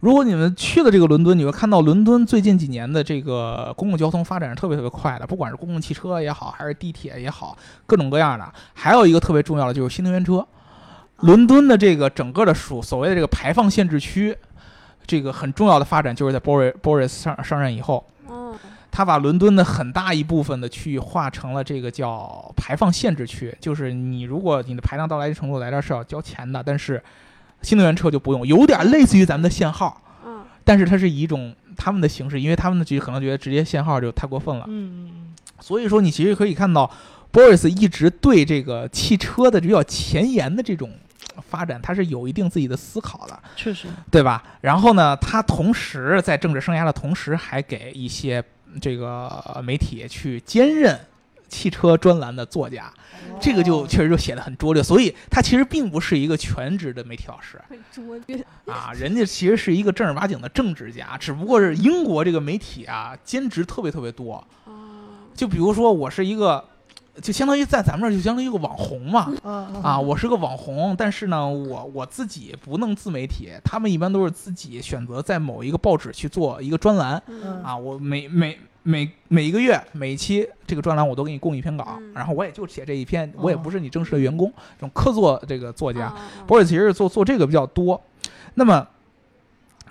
如果你们去了这个伦敦，你会看到伦敦最近几年的这个公共交通发展是特别特别快的，不管是公共汽车也好，还是地铁也好，各种各样的。还有一个特别重要的就是新能源车。伦敦的这个整个的属所谓的这个排放限制区，这个很重要的发展就是在 Boris Boris 上上任以后，哦他把伦敦的很大一部分的区域划成了这个叫排放限制区，就是你如果你的排量到达一定程度来这儿是要交钱的，但是新能源车就不用，有点类似于咱们的限号，嗯但是它是以一种他们的形式，因为他们的局可能觉得直接限号就太过分了，嗯，嗯所以说你其实可以看到，Boris 一直对这个汽车的比较前沿的这种发展，他是有一定自己的思考的。嗯确实，对吧？然后呢，他同时在政治生涯的同时，还给一些这个媒体去兼任汽车专栏的作家，这个哦就确实就显得很拙劣。所以他其实并不是一个全职的媒体老师很拙劣，啊，人家其实是一个正儿八经的政治家，只不过是英国这个媒体啊，兼职特别特别多。哦就比如说，我是一个，就相当于在咱们这儿就相当于一个网红嘛，啊嗯啊，，我是个网红，但是呢，我我自己不弄自媒体，他们一般都是自己选择在某一个报纸去做一个专栏嗯啊，我每每每每一个月每一期这个专栏我都给你供一篇稿，嗯然后我也就写这一篇，我也不哦是你正式的员工，这种客座这个作家，哦哦博尔其实是做做这个比较多，那么。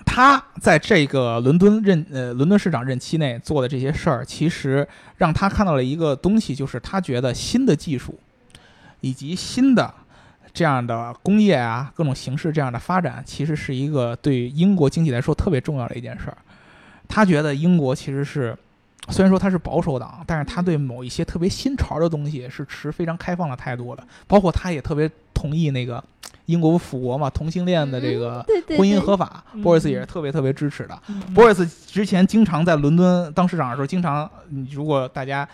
他在这个伦敦任呃伦敦市长任期内做的这些事儿，其实让他看到了一个东西，就是他觉得新的技术以及新的这样的工业啊各种形式这样的发展，其实是一个对英国经济来说特别重要的一件事儿。他觉得英国其实是虽然说他是保守党，但是他对某一些特别新潮的东西是持非常开放的态度的，包括他也特别同意那个英国不复国嘛，同性恋的这个对嗯对婚姻对合法，嗯波尔斯也是特别特别支持的。嗯 Boris 之前经常在伦敦当市长的时候，经常你如果大家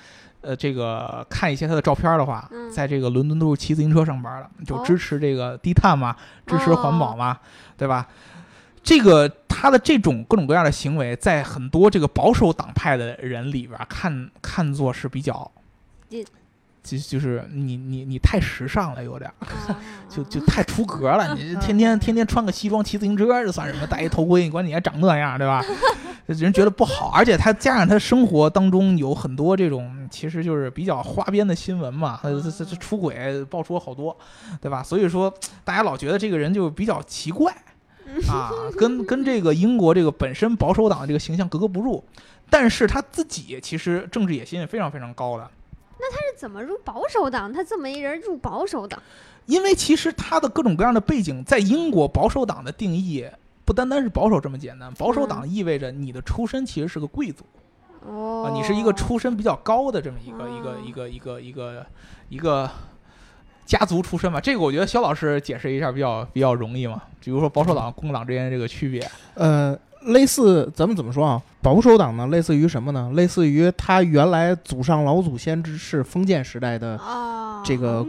呃这个看一些他的照片的话，嗯在这个伦敦都是骑自行车上班的，就哦支持这个低碳嘛，支持环保嘛，对吧？这个他的这种各种各样的行为，在很多这个保守党派的人里边儿看看作是比较也。就就是你你你太时尚了，有点儿哦 就就太出格了。你这天天天天穿个西装骑自行车，这算什么？戴一头盔，你管你还长那样，对吧？ 人觉得不好，而且他加上他生活当中有很多这种，其实就是比较花边的新闻嘛，他他他他出轨爆出好多，对吧？所以说大家老觉得这个人就比较奇怪啊，跟跟这个英国这个本身保守党这个形象格格不入，但是他自己其实政治野心也非常非常高的。这怎么入保守党？他这么一人入保守党，因为其实他的各种各样的背景，在英国保守党的定义不单单是保守这么简单，保守嗯党意味着你的出身其实是个贵族、哦啊，，你是一个出身比较高的这么一个、一个嗯一个一哦个一个一个家族出身嘛。这个我觉得肖老师解释一下比较比较容易嘛，比如说保守党、共和党之间的这个区别，呃，类似咱们怎么说啊？保守党呢，类似于什么呢？类似于他原来祖上老祖先之是封建时代的哦，这个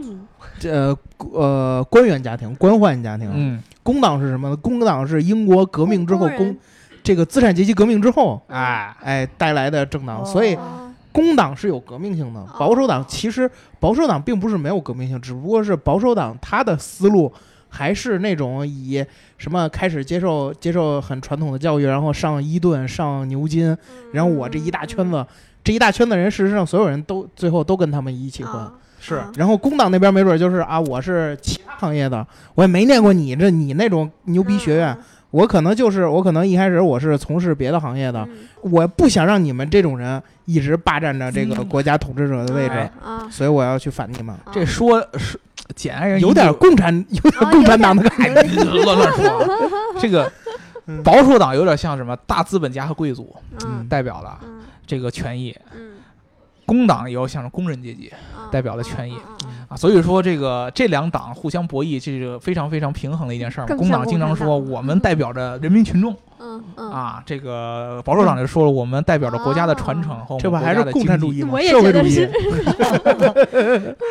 嗯呃呃官员家庭、官宦家庭。嗯，工党是什么呢？工党是英国革命之后工工人这个资产阶级革命之后。哎，哎，带来的政党，所以哦工党是有革命性的。保守党其实保守党并不是没有革命性，只不过是保守党他的思路还是那种以什么开始接受接受很传统的教育，然后上伊顿、上牛津，然后我这一大嗯圈子，这一大圈子人，事实上所有人都最后都跟他们一起混。啊是啊然后工党那边没准就是啊，我是其他行业的，我也没念过你这你那种牛逼学院，嗯我可能就是我可能一开始我是从事别的行业的，嗯我不想让你们这种人一直霸占着这个国家统治者的位置，嗯哎啊，所以我要去反你们。啊这说是简爱人哦有点共产， 有点哦共产党的有感点 觉。有点乱乱说，这个 嗯保守党有点像什么大资本家和贵族嗯代表了嗯这个权益，嗯，工党也有像是工人阶级嗯代表的权益嗯嗯嗯啊，所以说这个这两党互相博弈，这个非常非常平衡的一件事儿嘛。更工像党经常共说产党我们代表着人民群众嗯嗯啊，这个保守党就说了我们代表着国家的传承哦和我这不们国还家是的共产主义？义吗？我也社会觉主得义是，，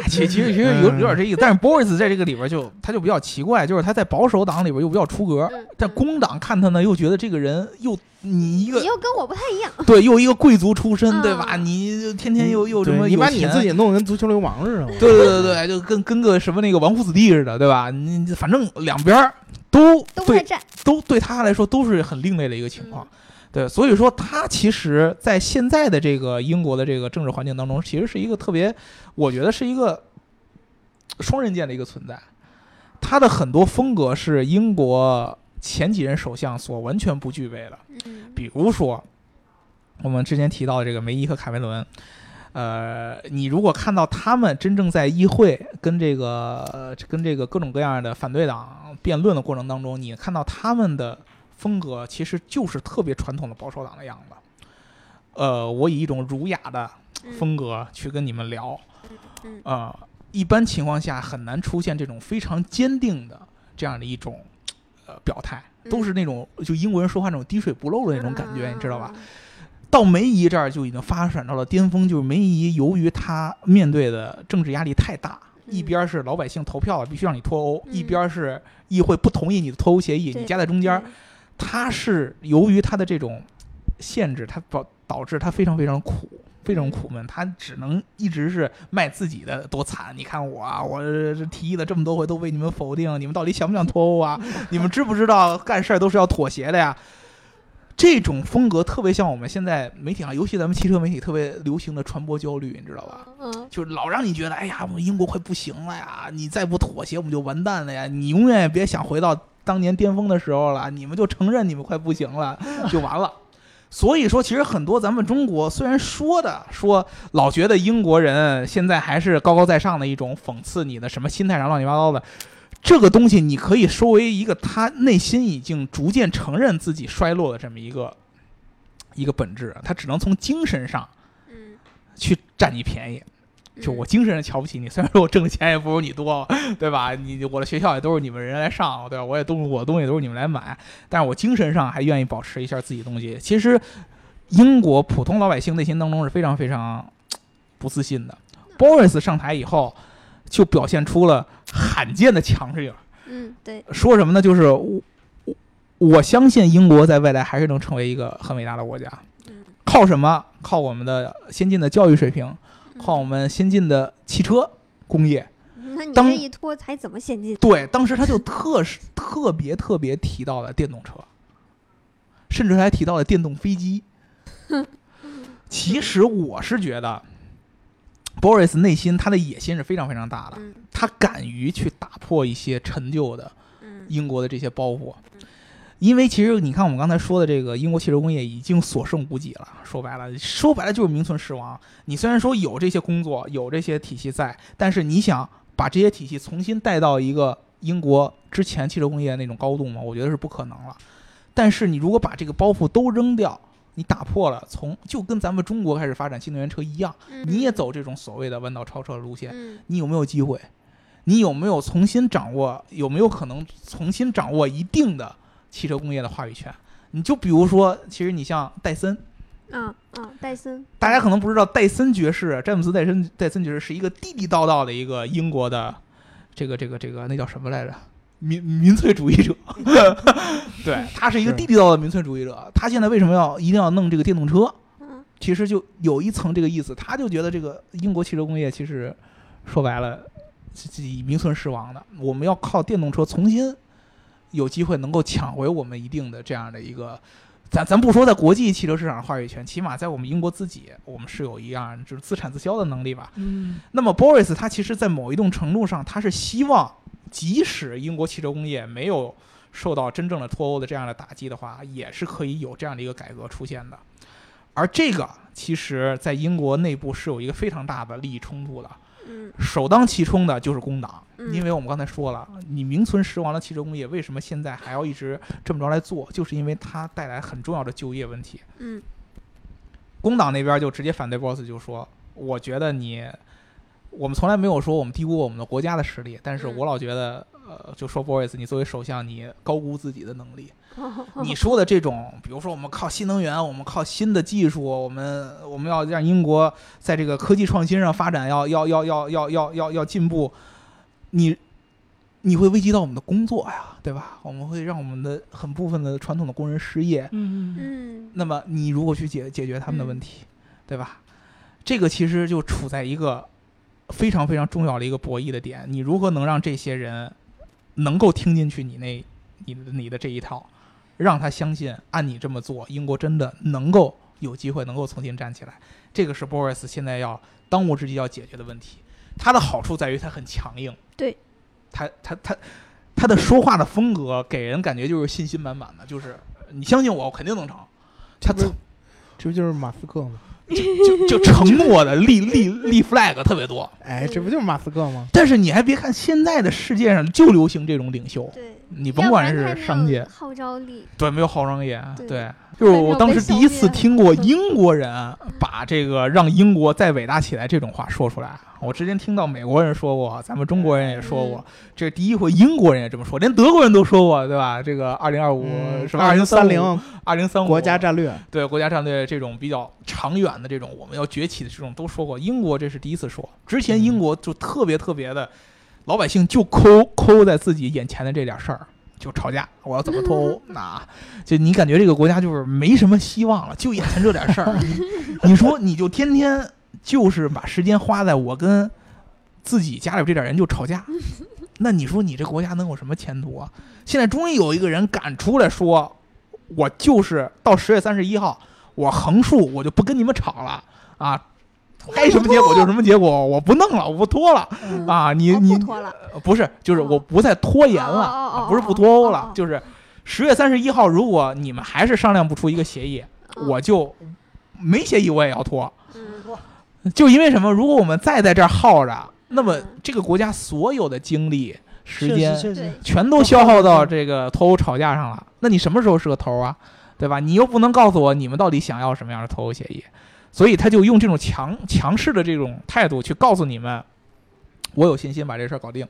其其实其实嗯有有点这意思，但是 Boris 在这个里边就他就比较奇怪，就是他在保守党里边又比较出格，嗯但工党看他呢又觉得这个人又你一你个又跟我不太一样，对，又一个贵族出身，对吧？嗯你就天天又又什对么？你把你自。己弄得跟足球流氓似的。我对对对对，就跟跟个什么那个纨绔子弟似的，对吧？你你反正两边儿都都不太对站。都对他来说都是很另类的一个情况，对，所以说他其实，在现在的这个英国的这个政治环境当中，其实是一个特别，我觉得是一个双刃剑的一个存在。他的很多风格是英国前几任首相所完全不具备的，嗯比如说，我们之前提到的这个梅伊和卡梅伦，呃，你如果看到他们真正在议会跟这个、呃跟这个各种各样的反对党辩论的过程当中，你看到他们的风格其实就是特别传统的保守党的样子。呃，我以一种儒雅的风格去跟你们聊嗯，呃，一般情况下很难出现这种非常坚定的这样的一种呃表态，嗯都是那种就英国人说话那种滴水不漏的那种感觉，你知嗯道吧？？到梅姨这儿就已经发展到了巅峰，就是梅姨由于她面对的政治压力太大，嗯一边是老百姓投票必须让你脱欧，嗯一边是议会不同意你的脱欧协议，对你夹在中间儿，她是由于她的这种限制，她导导致她非常非常苦。非常苦闷，她只能一直是卖自己的多惨。你看我啊，我这提议了这么多回，都被你们否定，你们到底想不想脱欧啊？你们知不知道干事儿都是要妥协的呀？这种风格特别像我们现在媒体上，尤其咱们汽车媒体特别流行的传播焦虑，你知道吧？嗯就是老让你觉得，哎呀，我们英国快不行了呀！你再不妥协，我们就完蛋了呀！你永远也别想回到当年巅峰的时候了，你们就承认你们快不行了，就完了。所以说，其实很多咱们中国虽然说的说老觉得英国人现在还是高高在上的一种讽刺你的什么心态上乱七八糟的，这个东西你可以说为一个他内心已经逐渐承认自己衰落的这么一个一个本质，他只能从精神上嗯，去占你便宜。嗯就我精神上瞧不起你，虽然说我挣的钱也不如你多，对吧？你我的学校也都是你们人来上，对吧？我也都我的东西都是你们来买，但是我精神上还愿意保持一下自己的东西。其实，英国普通老百姓内心当中是非常非常嘖不自信的。Boris 上台以后，就表现出了罕见的强势。嗯对，说什么呢？就是我我我相信英国在未来还是能成为一个很伟大的国家嗯。靠什么？靠我们的先进的教育水平，嗯靠我们先进的汽车工业。那你这当一拖还怎么先进？对，当时他就特是 特别特别提到了电动车，甚至还提到了电动 飞机。其实我是觉得，Boris 内心他的野心是非常非常大的，嗯他敢于去打破一些陈旧的嗯英国的这些包袱。因为其实你看，我们刚才说的这个英国汽车工业已经所剩无几了。说白了，说白了就是名存实亡。你虽然说有这些工作，有这些体系在，但是你想把这些体系重新带到一个英国之前汽车工业那种高度吗？我觉得是不可能了。但是你如果把这个包袱都扔掉，你打破了从就跟咱们中国开始发展新能源车一样，你也走这种所谓的弯道超车的路线，嗯你有没有机会？你有没有重新掌握？有没有可能重新掌握一定的汽车工业的话语权？你就比如说，其实你像戴森，啊啊，戴森，大家可能不知道，戴森爵士，啊詹姆斯戴森戴森爵士是一个地地道道的一个英国的这个这个这个那叫什么来着？民民粹主义者， 对他是一个是地地道道的民粹主义者。他现在为什么要一定要弄这个电动车？嗯其实就有一层这个意思，他就觉得这个英国汽车工业其实说白了，自己名存实亡的，我们要靠电动车重新有机会能够抢回我们一定的这样的一个，咱咱不说在国际汽车市场的话语权，起码在我们英国自己，我们是有一样就是自产自销的能力吧。嗯，那么 Boris 他其实，在某一定程度上，他是希望，即使英国汽车工业没有受到真正的脱欧的这样的打击的话，也是可以有这样的一个改革出现的。而这个其实，在英国内部是有一个非常大的利益冲突的。嗯首当其冲的就是工党，嗯因为我们刚才说了，你名存实亡的汽车工业为什么现在还要一直这么着来做，就是因为它带来很重要的就业问题。嗯工党那边就直接反对 boss 就说，我觉得你，我们从来没有说我们低估我们的国家的实力，但是嗯我老觉得，呃，就说 boss 你作为首相，你高估自己的能力。哦你说的这种，比如说我们靠新能源，我们靠新的技术，我们我们要让英国在这个科技创新上发展要要要要要要要要进步，你你会危及到我们的工作呀，对吧？我们会让我们的很部分的传统的工人失业。嗯嗯嗯那么你如果去解解决他们的问题，对吧？这个其实就处在一个非常非常重要的一个博弈的点，你如何能让这些人能够听进去你那你的你的这一套，让他相信按你这么做，英国真的能够有机会能够重新站起来。这个是 Boris 现在要当务之急要解决的问题。他的好处在于他很强硬，对，他他他他的说话的风格给人感觉就是信心满满的，就是你相信我，我肯定能成。他这从不这不就是马斯克吗？就就承诺的立立立 flag 特别多。哎，这不就是马斯克吗？但是你还别看现在的世界上就流行这种领袖，对，你你甭管是商界，号召力，对，没有好商业，对对，就是我当时第一次听过还没有被消英国人把这个让英国再伟大起来这种话说出来。我之前听到美国人说过，咱们中国人也说过，这第一回英国人也这么说，连德国人都说过，对吧？这个二零二五什嗯么二二零零三零零、二零三五国家战略，对国家战略这种比较长远的这种我们要崛起的这种都说过，英国这是第一次说，之前英国就特别特别的，老百姓就抠抠在自己眼前的这点事儿。就吵架，我要怎么脱欧？那、就你感觉这个国家就是没什么希望了，就眼前这点事儿。你你说你就天天就是把时间花在我跟自己家里这点人就 吵架，那你说你这国家能有什么前途啊？现在终于有一个人敢出来说，我就是到十月三十一号，我横竖我就不跟你们吵了啊，该什么结果就什么结果，我不弄了，我不拖了嗯啊！你哦你不脱了，呃不是，就是哦我不再拖延哦了，哦哦啊哦不是不脱欧哦了哦，就是十月三十一号，如果你们还是商量不出一个协议，嗯我就没协议我也要拖，嗯就因为什么？如果我们再在这儿耗着，那么嗯这个国家所有的精力、时确间实确实对，全都消耗到这个脱欧吵架上了，那你什么时候是个头啊？对吧？你又不能告诉我你们到底想要什么样的脱欧协议，所以他就用这种强强势的这种态度去告诉你们，我有信心把这事儿搞定。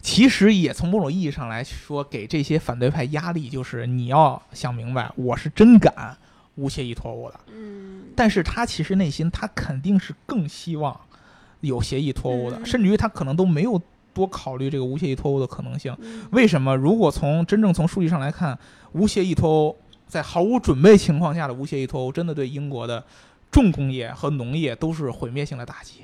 其实也从某种意义上来说，给这些反对派压力，就是你要想明白，我是真敢无协议脱欧的。嗯，但是他其实内心他肯定是更希望有协议脱欧的，嗯甚至于他可能都没有多考虑这个无协议脱欧的可能性。嗯为什么？如果从真正从数据上来看，无协议脱欧在毫无准备情况下的无协议脱欧，真的对英国的重工业和农业都是毁灭性的打击。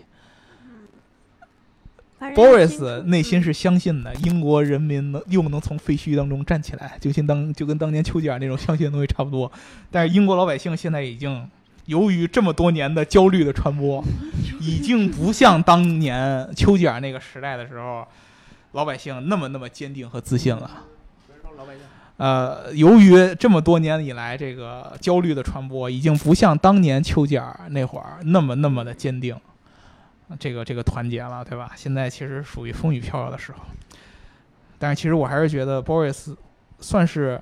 反正内心 Boris 内心是相信的，英国人民能又能从废墟当中站起来，就跟当就跟当年丘吉尔那种相信的东西差不多。但是英国老百姓现在已经由于这么多年的焦虑的传播，已经不像当年丘吉尔那个时代的时候，老百姓那么那么坚定和自信了。呃，由于这么多年以来这个焦虑的传播，已经不像当年丘吉尔那会儿那么那么的坚定，这个这个团结了，对吧？现在其实属于风雨飘摇的时候，但是其实我还是觉得 Boris 算是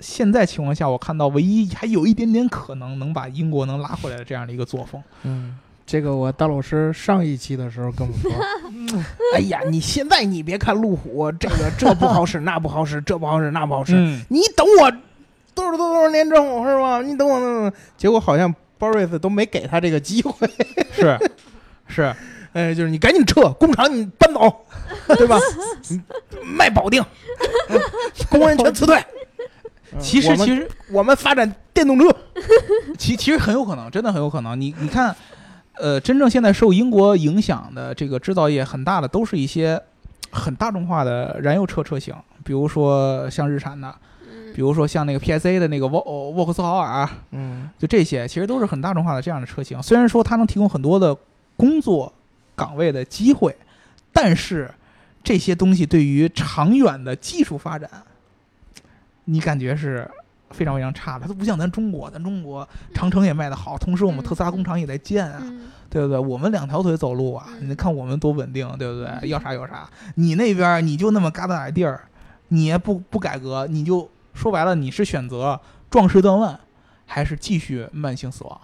现在情况下我看到唯一还有一点点可能能把英国能拉回来的这样的一个作风。嗯，这个我大老师上一期的时候跟我 说，哎呀，你现在你别看路虎这个这不好使，那不好使，这不好使，那不好使，嗯，你等我多少多少年之后是吧？你等我那，结果好像 Boris 都没给他这个机 会，是 是，哎，就是你赶紧撤，工厂你搬 走，对吧？你卖保定，嗯工人全辞退。嗯其我实们其实我们发展电动车，其其实很有可能，真的很有可能。你你看，呃，真正现在受英国影响的这个制造业很大的都是一些很大众化的燃油车车型，比如说像日产的，嗯比如说像那个 PSA 的那个沃哦沃克斯豪尔，嗯就这些，其实都是很大众化的这样的车型。虽然说它能提供很多的工作岗位的机会，但是这些东西对于长远的技术发展，你感觉是非常非常差的，它都不像咱中国，咱中国长城也卖得好，同时我们嗯特斯拉工厂也在建啊，嗯对不对？我们两条腿走路啊，嗯你看我们多稳定，啊对不对？嗯要啥有啥，你那边儿你就那么嘎达点地儿，你也不不改革，你就说白了，你是选择壮士断腕，还是继续慢性死亡？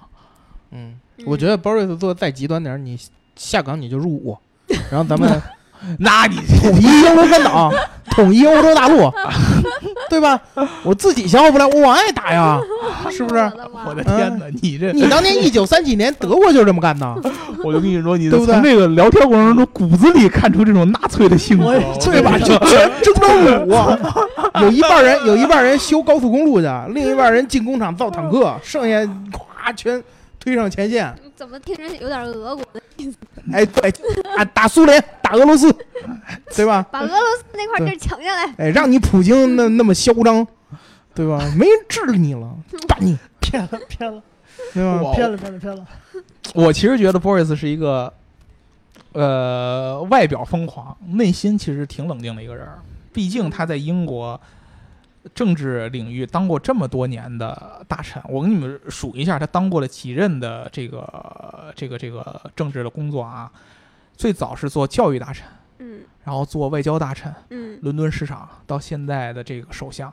嗯，我觉得 Boris 做的再极端点儿，你下岗你就入 伍，然后咱们那你统一英伦半岛，统一欧洲大陆，对吧？我自己消耗不了，我往外打呀，是不是？ 我的天哪，你这你当年一九三几年德国就是这么干的，我就跟你说，你对不对从这个聊天过程中骨子里看出这种纳粹的性格，我对吧？就哦全征 征武，有一半人有一半人修高速公路去，另一半人进工厂造坦哦克，剩下咵全推上前线。怎么听着有点俄国的？哎，对，啊，打苏联，打俄罗斯，对吧？把俄罗斯那块地儿抢下来，哎，让你普京那那么嚣张，对吧？没人治你了，打你，骗了骗了对吧？我骗了骗 了骗了，我其实觉得 Boris 是一个，呃，外表疯狂，内心其实挺冷静的一个人儿。毕竟他在英国政治领域当过这么多年的大臣，我给你们数一下，他当过了几任的这个这个这个政治的工作啊。最早是做教育大臣，嗯然后做外交大臣，嗯伦敦市场到现在的这个首相，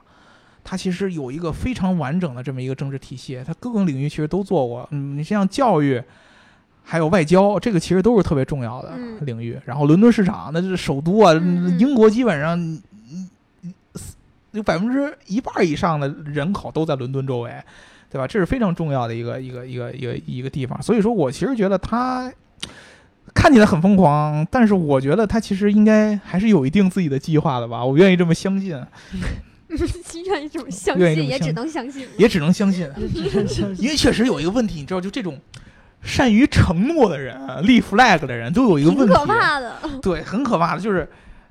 他其实有一个非常完整的这么一个政治体系，他各个领域其实都做过。嗯，你像教育，还有外交，这个其实都是特别重要的嗯领域。然后伦敦市场那是首都啊，嗯嗯英国基本上嗯嗯有百分之一半以上的人口都在伦敦周围，对吧？这是非常重要的一个一个一个一个一个地方。所以说我其实觉得他。看起来很疯狂，但是我觉得他其实应该还是有一定自己的计划的吧，我愿意这么相信， 愿意这么相嗯愿意这信，么也相只能相信。也只能相信。因一为确实有一个问题，你知道，就这种善于承诺的人、立 flag 的人，都有一个挺问题，啊可怕的，对，很可怕的，就是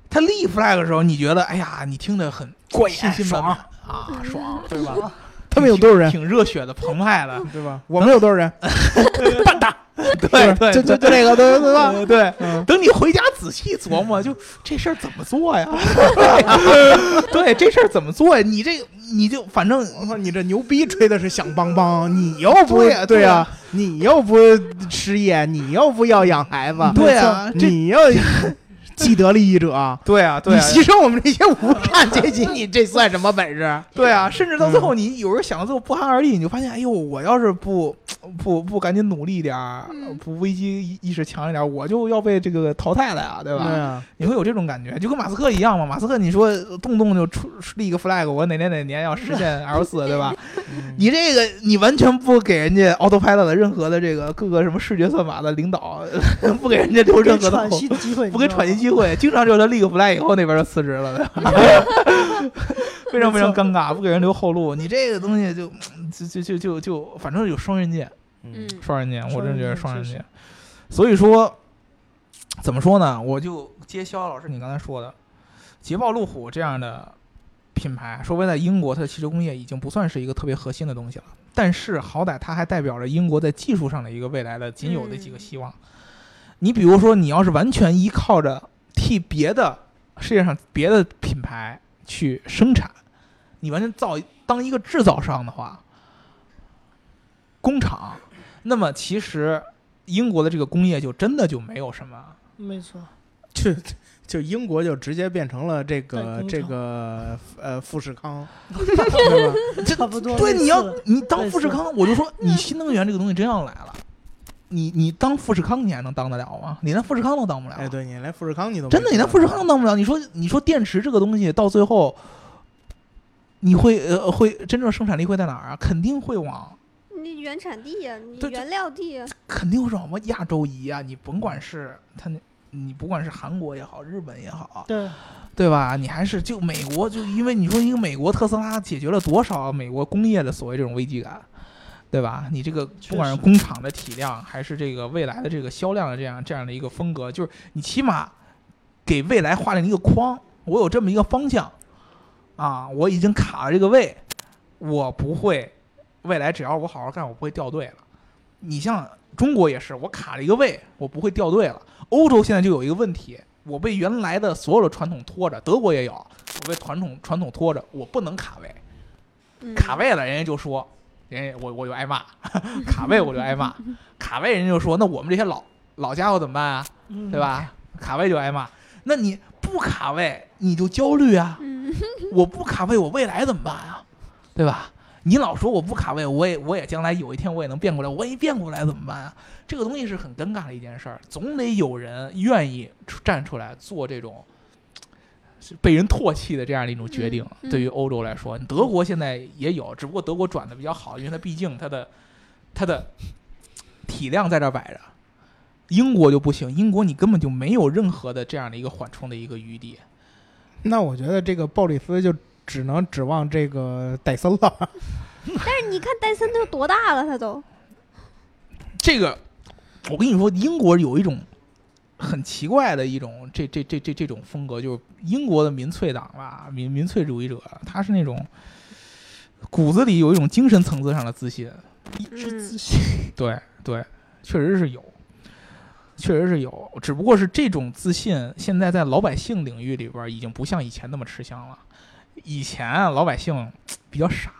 他立 flag 的时候，你觉得，哎呀，你听着很过瘾信心满满爽嗯啊，爽，对吧？他们有多少人？挺热血的、澎湃的，对吧？我们有多少人？ 半大， 对对，就就就这个，对对吧？对对。嗯，等你回家仔细琢磨，就这事儿怎么做呀？ 对，这事儿怎么做呀？你这你就反正我操， 你这牛逼吹的是响邦邦，你又不对对呀啊对呀呀，你又不失业，你又不要养孩子，对啊，这你又既得利益 者，对啊，你对啊，牺牲我们这些无产阶级，你这算什么本 事？对啊，甚至到最嗯后，你有时候想到最后不寒而栗，你就发现，哎呦，我要是不不不赶紧努力一点儿，嗯不危机意识强一点儿，我就要被这个淘汰了呀，对吧？呀，你会有这种感觉，就跟马斯克一样嘛。马斯克，你说呃动不动就出立一个 flag，我哪年哪年要实 现 L 四，对吧？嗯你这个你完全不给人家 Autopilot 的任何的这个各个什么视觉算法的领导， 不给人家留任何的喘后息的机会，不给喘息机会，经常就是他立个 flag 以后，那边就辞职了，对吧 非常非常尴尬，不给人留后路。你这个东西就就就就就就，反正有双刃剑，嗯，双刃剑，我真觉得双刃确剑实。所以说，怎么说呢？我就接肖老师你刚才说的，捷豹路虎这样的品牌，说白了，英国它的汽车工业已经不算是一个特别核心的东西了，但是好歹它还代表着英国在技术上的一个未来的仅有的几个嗯希望。你比如说，你要是完全依靠着替别的世界上别的品牌去生产，你完全造当一个制造商的话，工厂，那么其实英国的这个工业就真的就没有什么。 没错，就就英国就直接变成了这个代工厂这个呃富士 康，对吧？差不多对，类你似要了你当富士类似嗯康，我就说你新能源这个东西真要来了，你你当富士康你还能当得了吗？你连富士康都当不了。哎，对你连富士康你都没真的，你连见富过士康当不了。你说，你说电池这个东西到最后，你会呃会真正生产力会在哪儿啊？肯定会往嗯你原产地呀，你对这原料地呀，肯定是往亚洲移啊！你甭管是它那，你不管是韩国也好，日本也好，对对吧？你还是就美国，就因为你说一个美国特斯拉解决了多少美国工业的所谓这种危机感，对吧？你这个确不管是实工厂的体量，还是这个未来的这个销量的这样这样的一个风格，就是你起码给未来画了一个框，我有这么一个方向啊，我已经卡了这个位，我不会未来只要我好好干，我不会掉队了。你像中国也是，我卡了一个位，我不会掉队了。欧洲现在就有一个问题，我被原来的所有的传统拖着，德国也有，我被传统传统拖着，我不能卡位，嗯卡位了，人家就说，人家我我就挨骂， 卡位我就 挨骂，卡位人家就说，那我们这些老老家伙怎么办啊？嗯对？吧？卡位就挨骂，那你不卡位你就焦虑啊，嗯 我不卡位我未来怎么办啊？对吧？你老说我不卡位，我也我也将来有一天我也能变过来，我一变过来怎么办啊？这个东西是很尴尬的一件事儿，总得有人愿意出站出来做这种是被人唾弃的这样的一种决定。嗯嗯对于欧洲来说，德国现在也有，只不过德国转的比较好，因为它毕竟它的它的体量在这儿摆着。英国就不行，英国你根本就没有任何的这样的一个缓冲的一个余地。那我觉得这个鲍里斯就只能指望这个戴森了。但是你看戴森都多大了，他都，这个，我跟你说，英国有一种很奇怪的一种这这这这这种风格，就是英国的民粹党吧，民民粹主义者，他是那种骨子里有一种精神层次上的自信，一直嗯自信，对对，确实是有，确实是有，只不过是这种自信现在在老百姓领域里边儿已经不像以前那么吃香了。以前啊老百姓比较傻，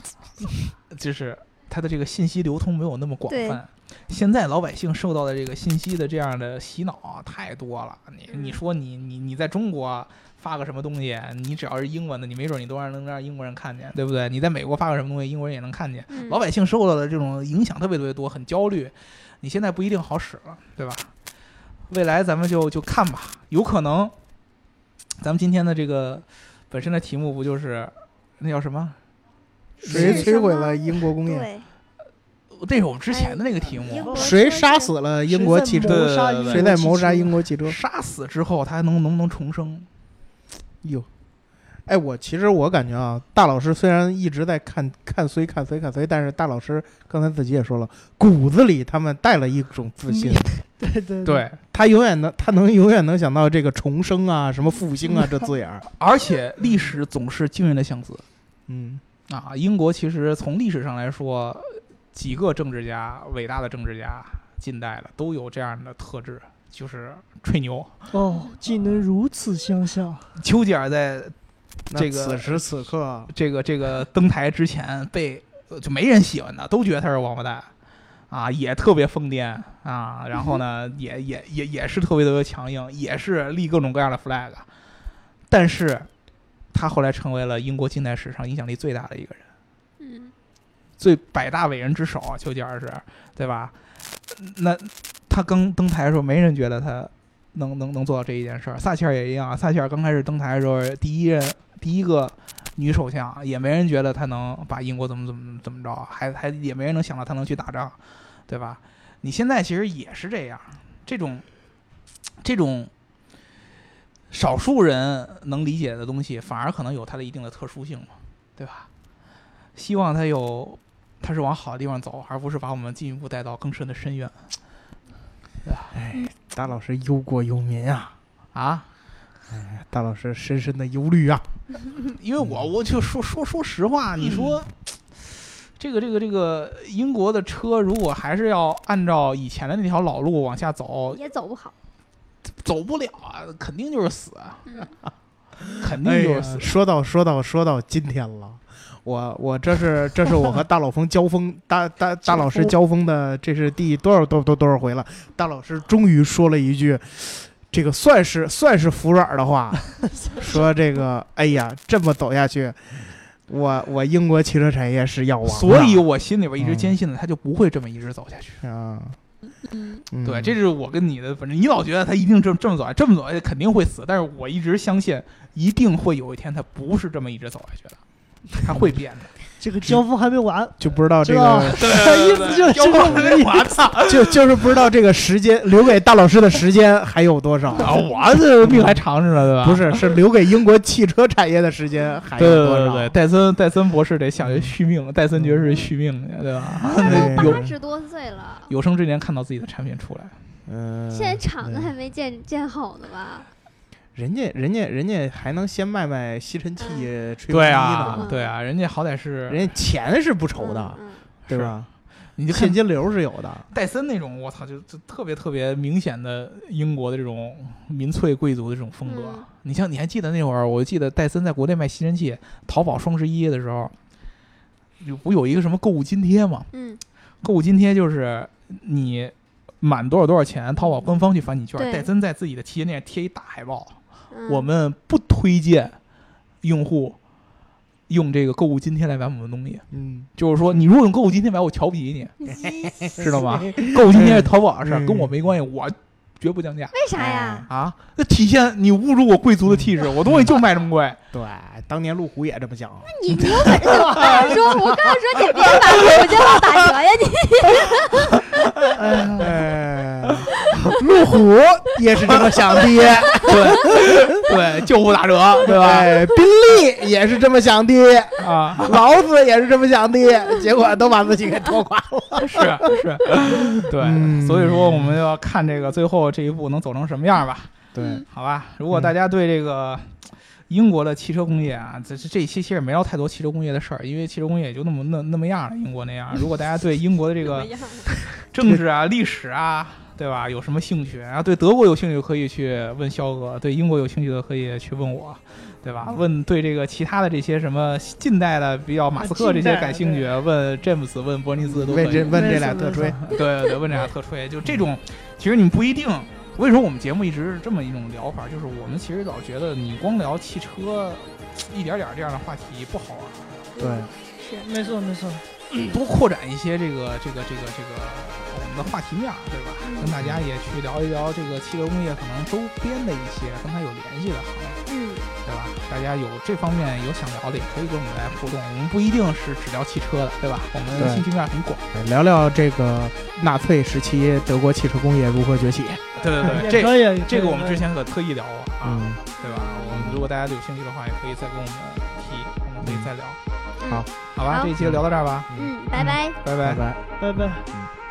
就是他的这个信息流通没有那么广对泛。现在老百姓受到的这个信息的这样的洗脑啊太多了。你你嗯说你你你在中国发个什么东西，你只要是英文的，你没准你都让能让英国人看见，对不对？你在美国发个什么东西，英国人也能看见。嗯老百姓受到的这种影响特别特别多，很焦虑。你现在不一定好使了，对吧？未来咱们就就看吧，有可能，咱们今天的这个本身的题目不就是那叫什么？谁是摧毁什么了英国工业？对，那是我们之前的那个题英目。国 谁车杀站死了英国汽对车？谁谁在在谋杀英国汽谋杀车英国汽车？杀死之后，他还能能不能重生？哟，哎，我其实我感觉啊，大老师虽然一直在看看衰看衰看衰，但是大老师刚才自己也说了，骨子里他们带了一种自信， 对对，对， 他永远能他能永远能想到这个重生啊、什么复兴 啊这字眼儿。而且历史总是惊人的相似嗯，啊！英国其实从历史上来说，几个政治家，伟大的政治家，近代的都有这样的特质，就是吹牛。哦，竟能如此相像，丘吉尔在那这个此时此刻，啊这个这个登台之前被呃就没人喜欢他，都觉得他是王八蛋啊，也特别疯癫啊，然后呢，也也也也是特别特别强硬，也是立各种各样的 flag，但是他后来成为了英国近代史上影响力最大的一个人，嗯最百大伟人之首，啊丘吉尔是，对吧？那他刚登台的时候，没人觉得他能能能做到这一件事儿。撒切尔也一样啊，撒切尔刚开始登台的时候，第一任第一个女首相，也没人觉得她能把英国怎么怎么怎么着，还还也没人能想到她能去打仗，对吧？你现在其实也是这样，这种这种少数人能理解的东西，反而可能有它的一定的特殊性嘛，对吧？希望它有，它是往好的地方走，而不是把我们进一步带到更深的深渊哎，大老师忧国忧民啊，啊。大老师深深的忧虑啊。因为我我就说说说实话，你说、这个这个这个英国的车，如果还是要按照以前的那条老路往下走，也走不 好，走不了啊，肯定就是死啊， 嗯肯定哎就呀是，死。说到说到说到今天了，我我这是这是我和大老峰交锋，大大大老师交锋的，这是第多少多多多少回了？大老师终于说了一句，这个算是算是服软的话，说这个哎呀，这么走下去，我我英国汽车产业是要亡的，所以我心里边一直坚信的，他就不会这么一直走下去。啊，嗯嗯对，这是我跟你的，反正你老觉得他一定这么这么走，这么走肯定会死，但是我一直相信，一定会有一天他不是这么一直走下去的，他会变的。这个交锋还没完，就不知道这知道个 意思就是要不然这个我操！就就是不知道这个时间留给大老师的时间还有多少。啊，我呃这命还长着呢，对吧？不 是，是留给英国汽车产业的时间还对有对哎多对少？对，戴森戴森博士得想去续命，戴森爵士续命去，对吧？ 他都有哎八十多岁了，有生之年看到自己的产品出来，嗯，现在厂子对还没建建好呢吧？人家人家人家还能先卖卖吸尘器、嗯吹风对机啊呢，，对啊，人家好歹是，人家钱是不愁的，嗯，对吧？你就看现金流是有的，戴森那种，我操，就就特别特别明显的英国的这种民粹贵族的这种风格嗯。你像你还记得那会儿，我记得戴森在国内卖吸尘器，淘宝双十一的时候，有不有一个什么购物津贴吗？嗯，购物津贴就是你满多少多少钱，淘宝官方去返你券对。戴森在自己的旗舰店贴一大海报，嗯我们不推荐用户用这个购物津贴来买我们的东西。嗯，就是说，你如果用购物津贴买，我瞧不起 嗯你。知知道吗？购物津贴是淘宝的事儿，嗯跟我没关系，我绝不降价为啥呀？啊！那体现你侮辱我贵族的气质，我东西就卖这么贵。对，当年路虎也这么想。你你有本事我哎跟你说，我刚才说你别把我觉得打折呀，你哎， 路虎也是这么想的， 对对，就不打折，对对吧？吧？哎，宾利也是这么想的，啊，老子也是这么想的，结果都把自己给拖垮了。 是是，对，嗯所以说我们要看这个最后这一步能走成什么样吧，对，好吧？如嗯果大家对这个英国的汽车工业啊，这这这一期其实也没聊太多汽车工业的事儿，因为汽车工业也就那么那那么样了，英国那 样。如果大家对英国的这个政治啊、 历史啊，对吧，有什么兴趣？然后对德国有兴趣可以去问肖哥，对英国有兴趣的可以去问我，对吧？嗯问对这个其他的这些什么近代的比较马斯克这些感兴趣，问詹姆斯、问伯尼斯都可以。问这对问这俩特吹， 对对，问这俩特吹，就这种，其实你们不一定。为什么我们节目一直是这么一种聊法？就是我们其实老觉得你光聊汽车，一点点儿这样的话题不好玩。对， 没错没错，多扩展一些这个这个这个这个我们的话题面儿，对吧？跟大家也去聊一聊这个汽车工业可能周边的一些跟它有联系的行业，嗯，对吧？大家有这方面有想聊的，也可以跟我们来互动。我们不一定是只聊汽车的，对吧？我们对兴趣面儿很广。聊聊这个纳粹时期德国汽车工业如何崛起。对对对，也这可以这个我们可之以前可特意聊过啊，嗯，对吧？我们如果大家有兴趣的话，也可以再跟我们提，我们可以再聊，嗯好，好吧？好这一期就聊到这儿吧，嗯，拜拜。拜拜拜。拜。拜拜。嗯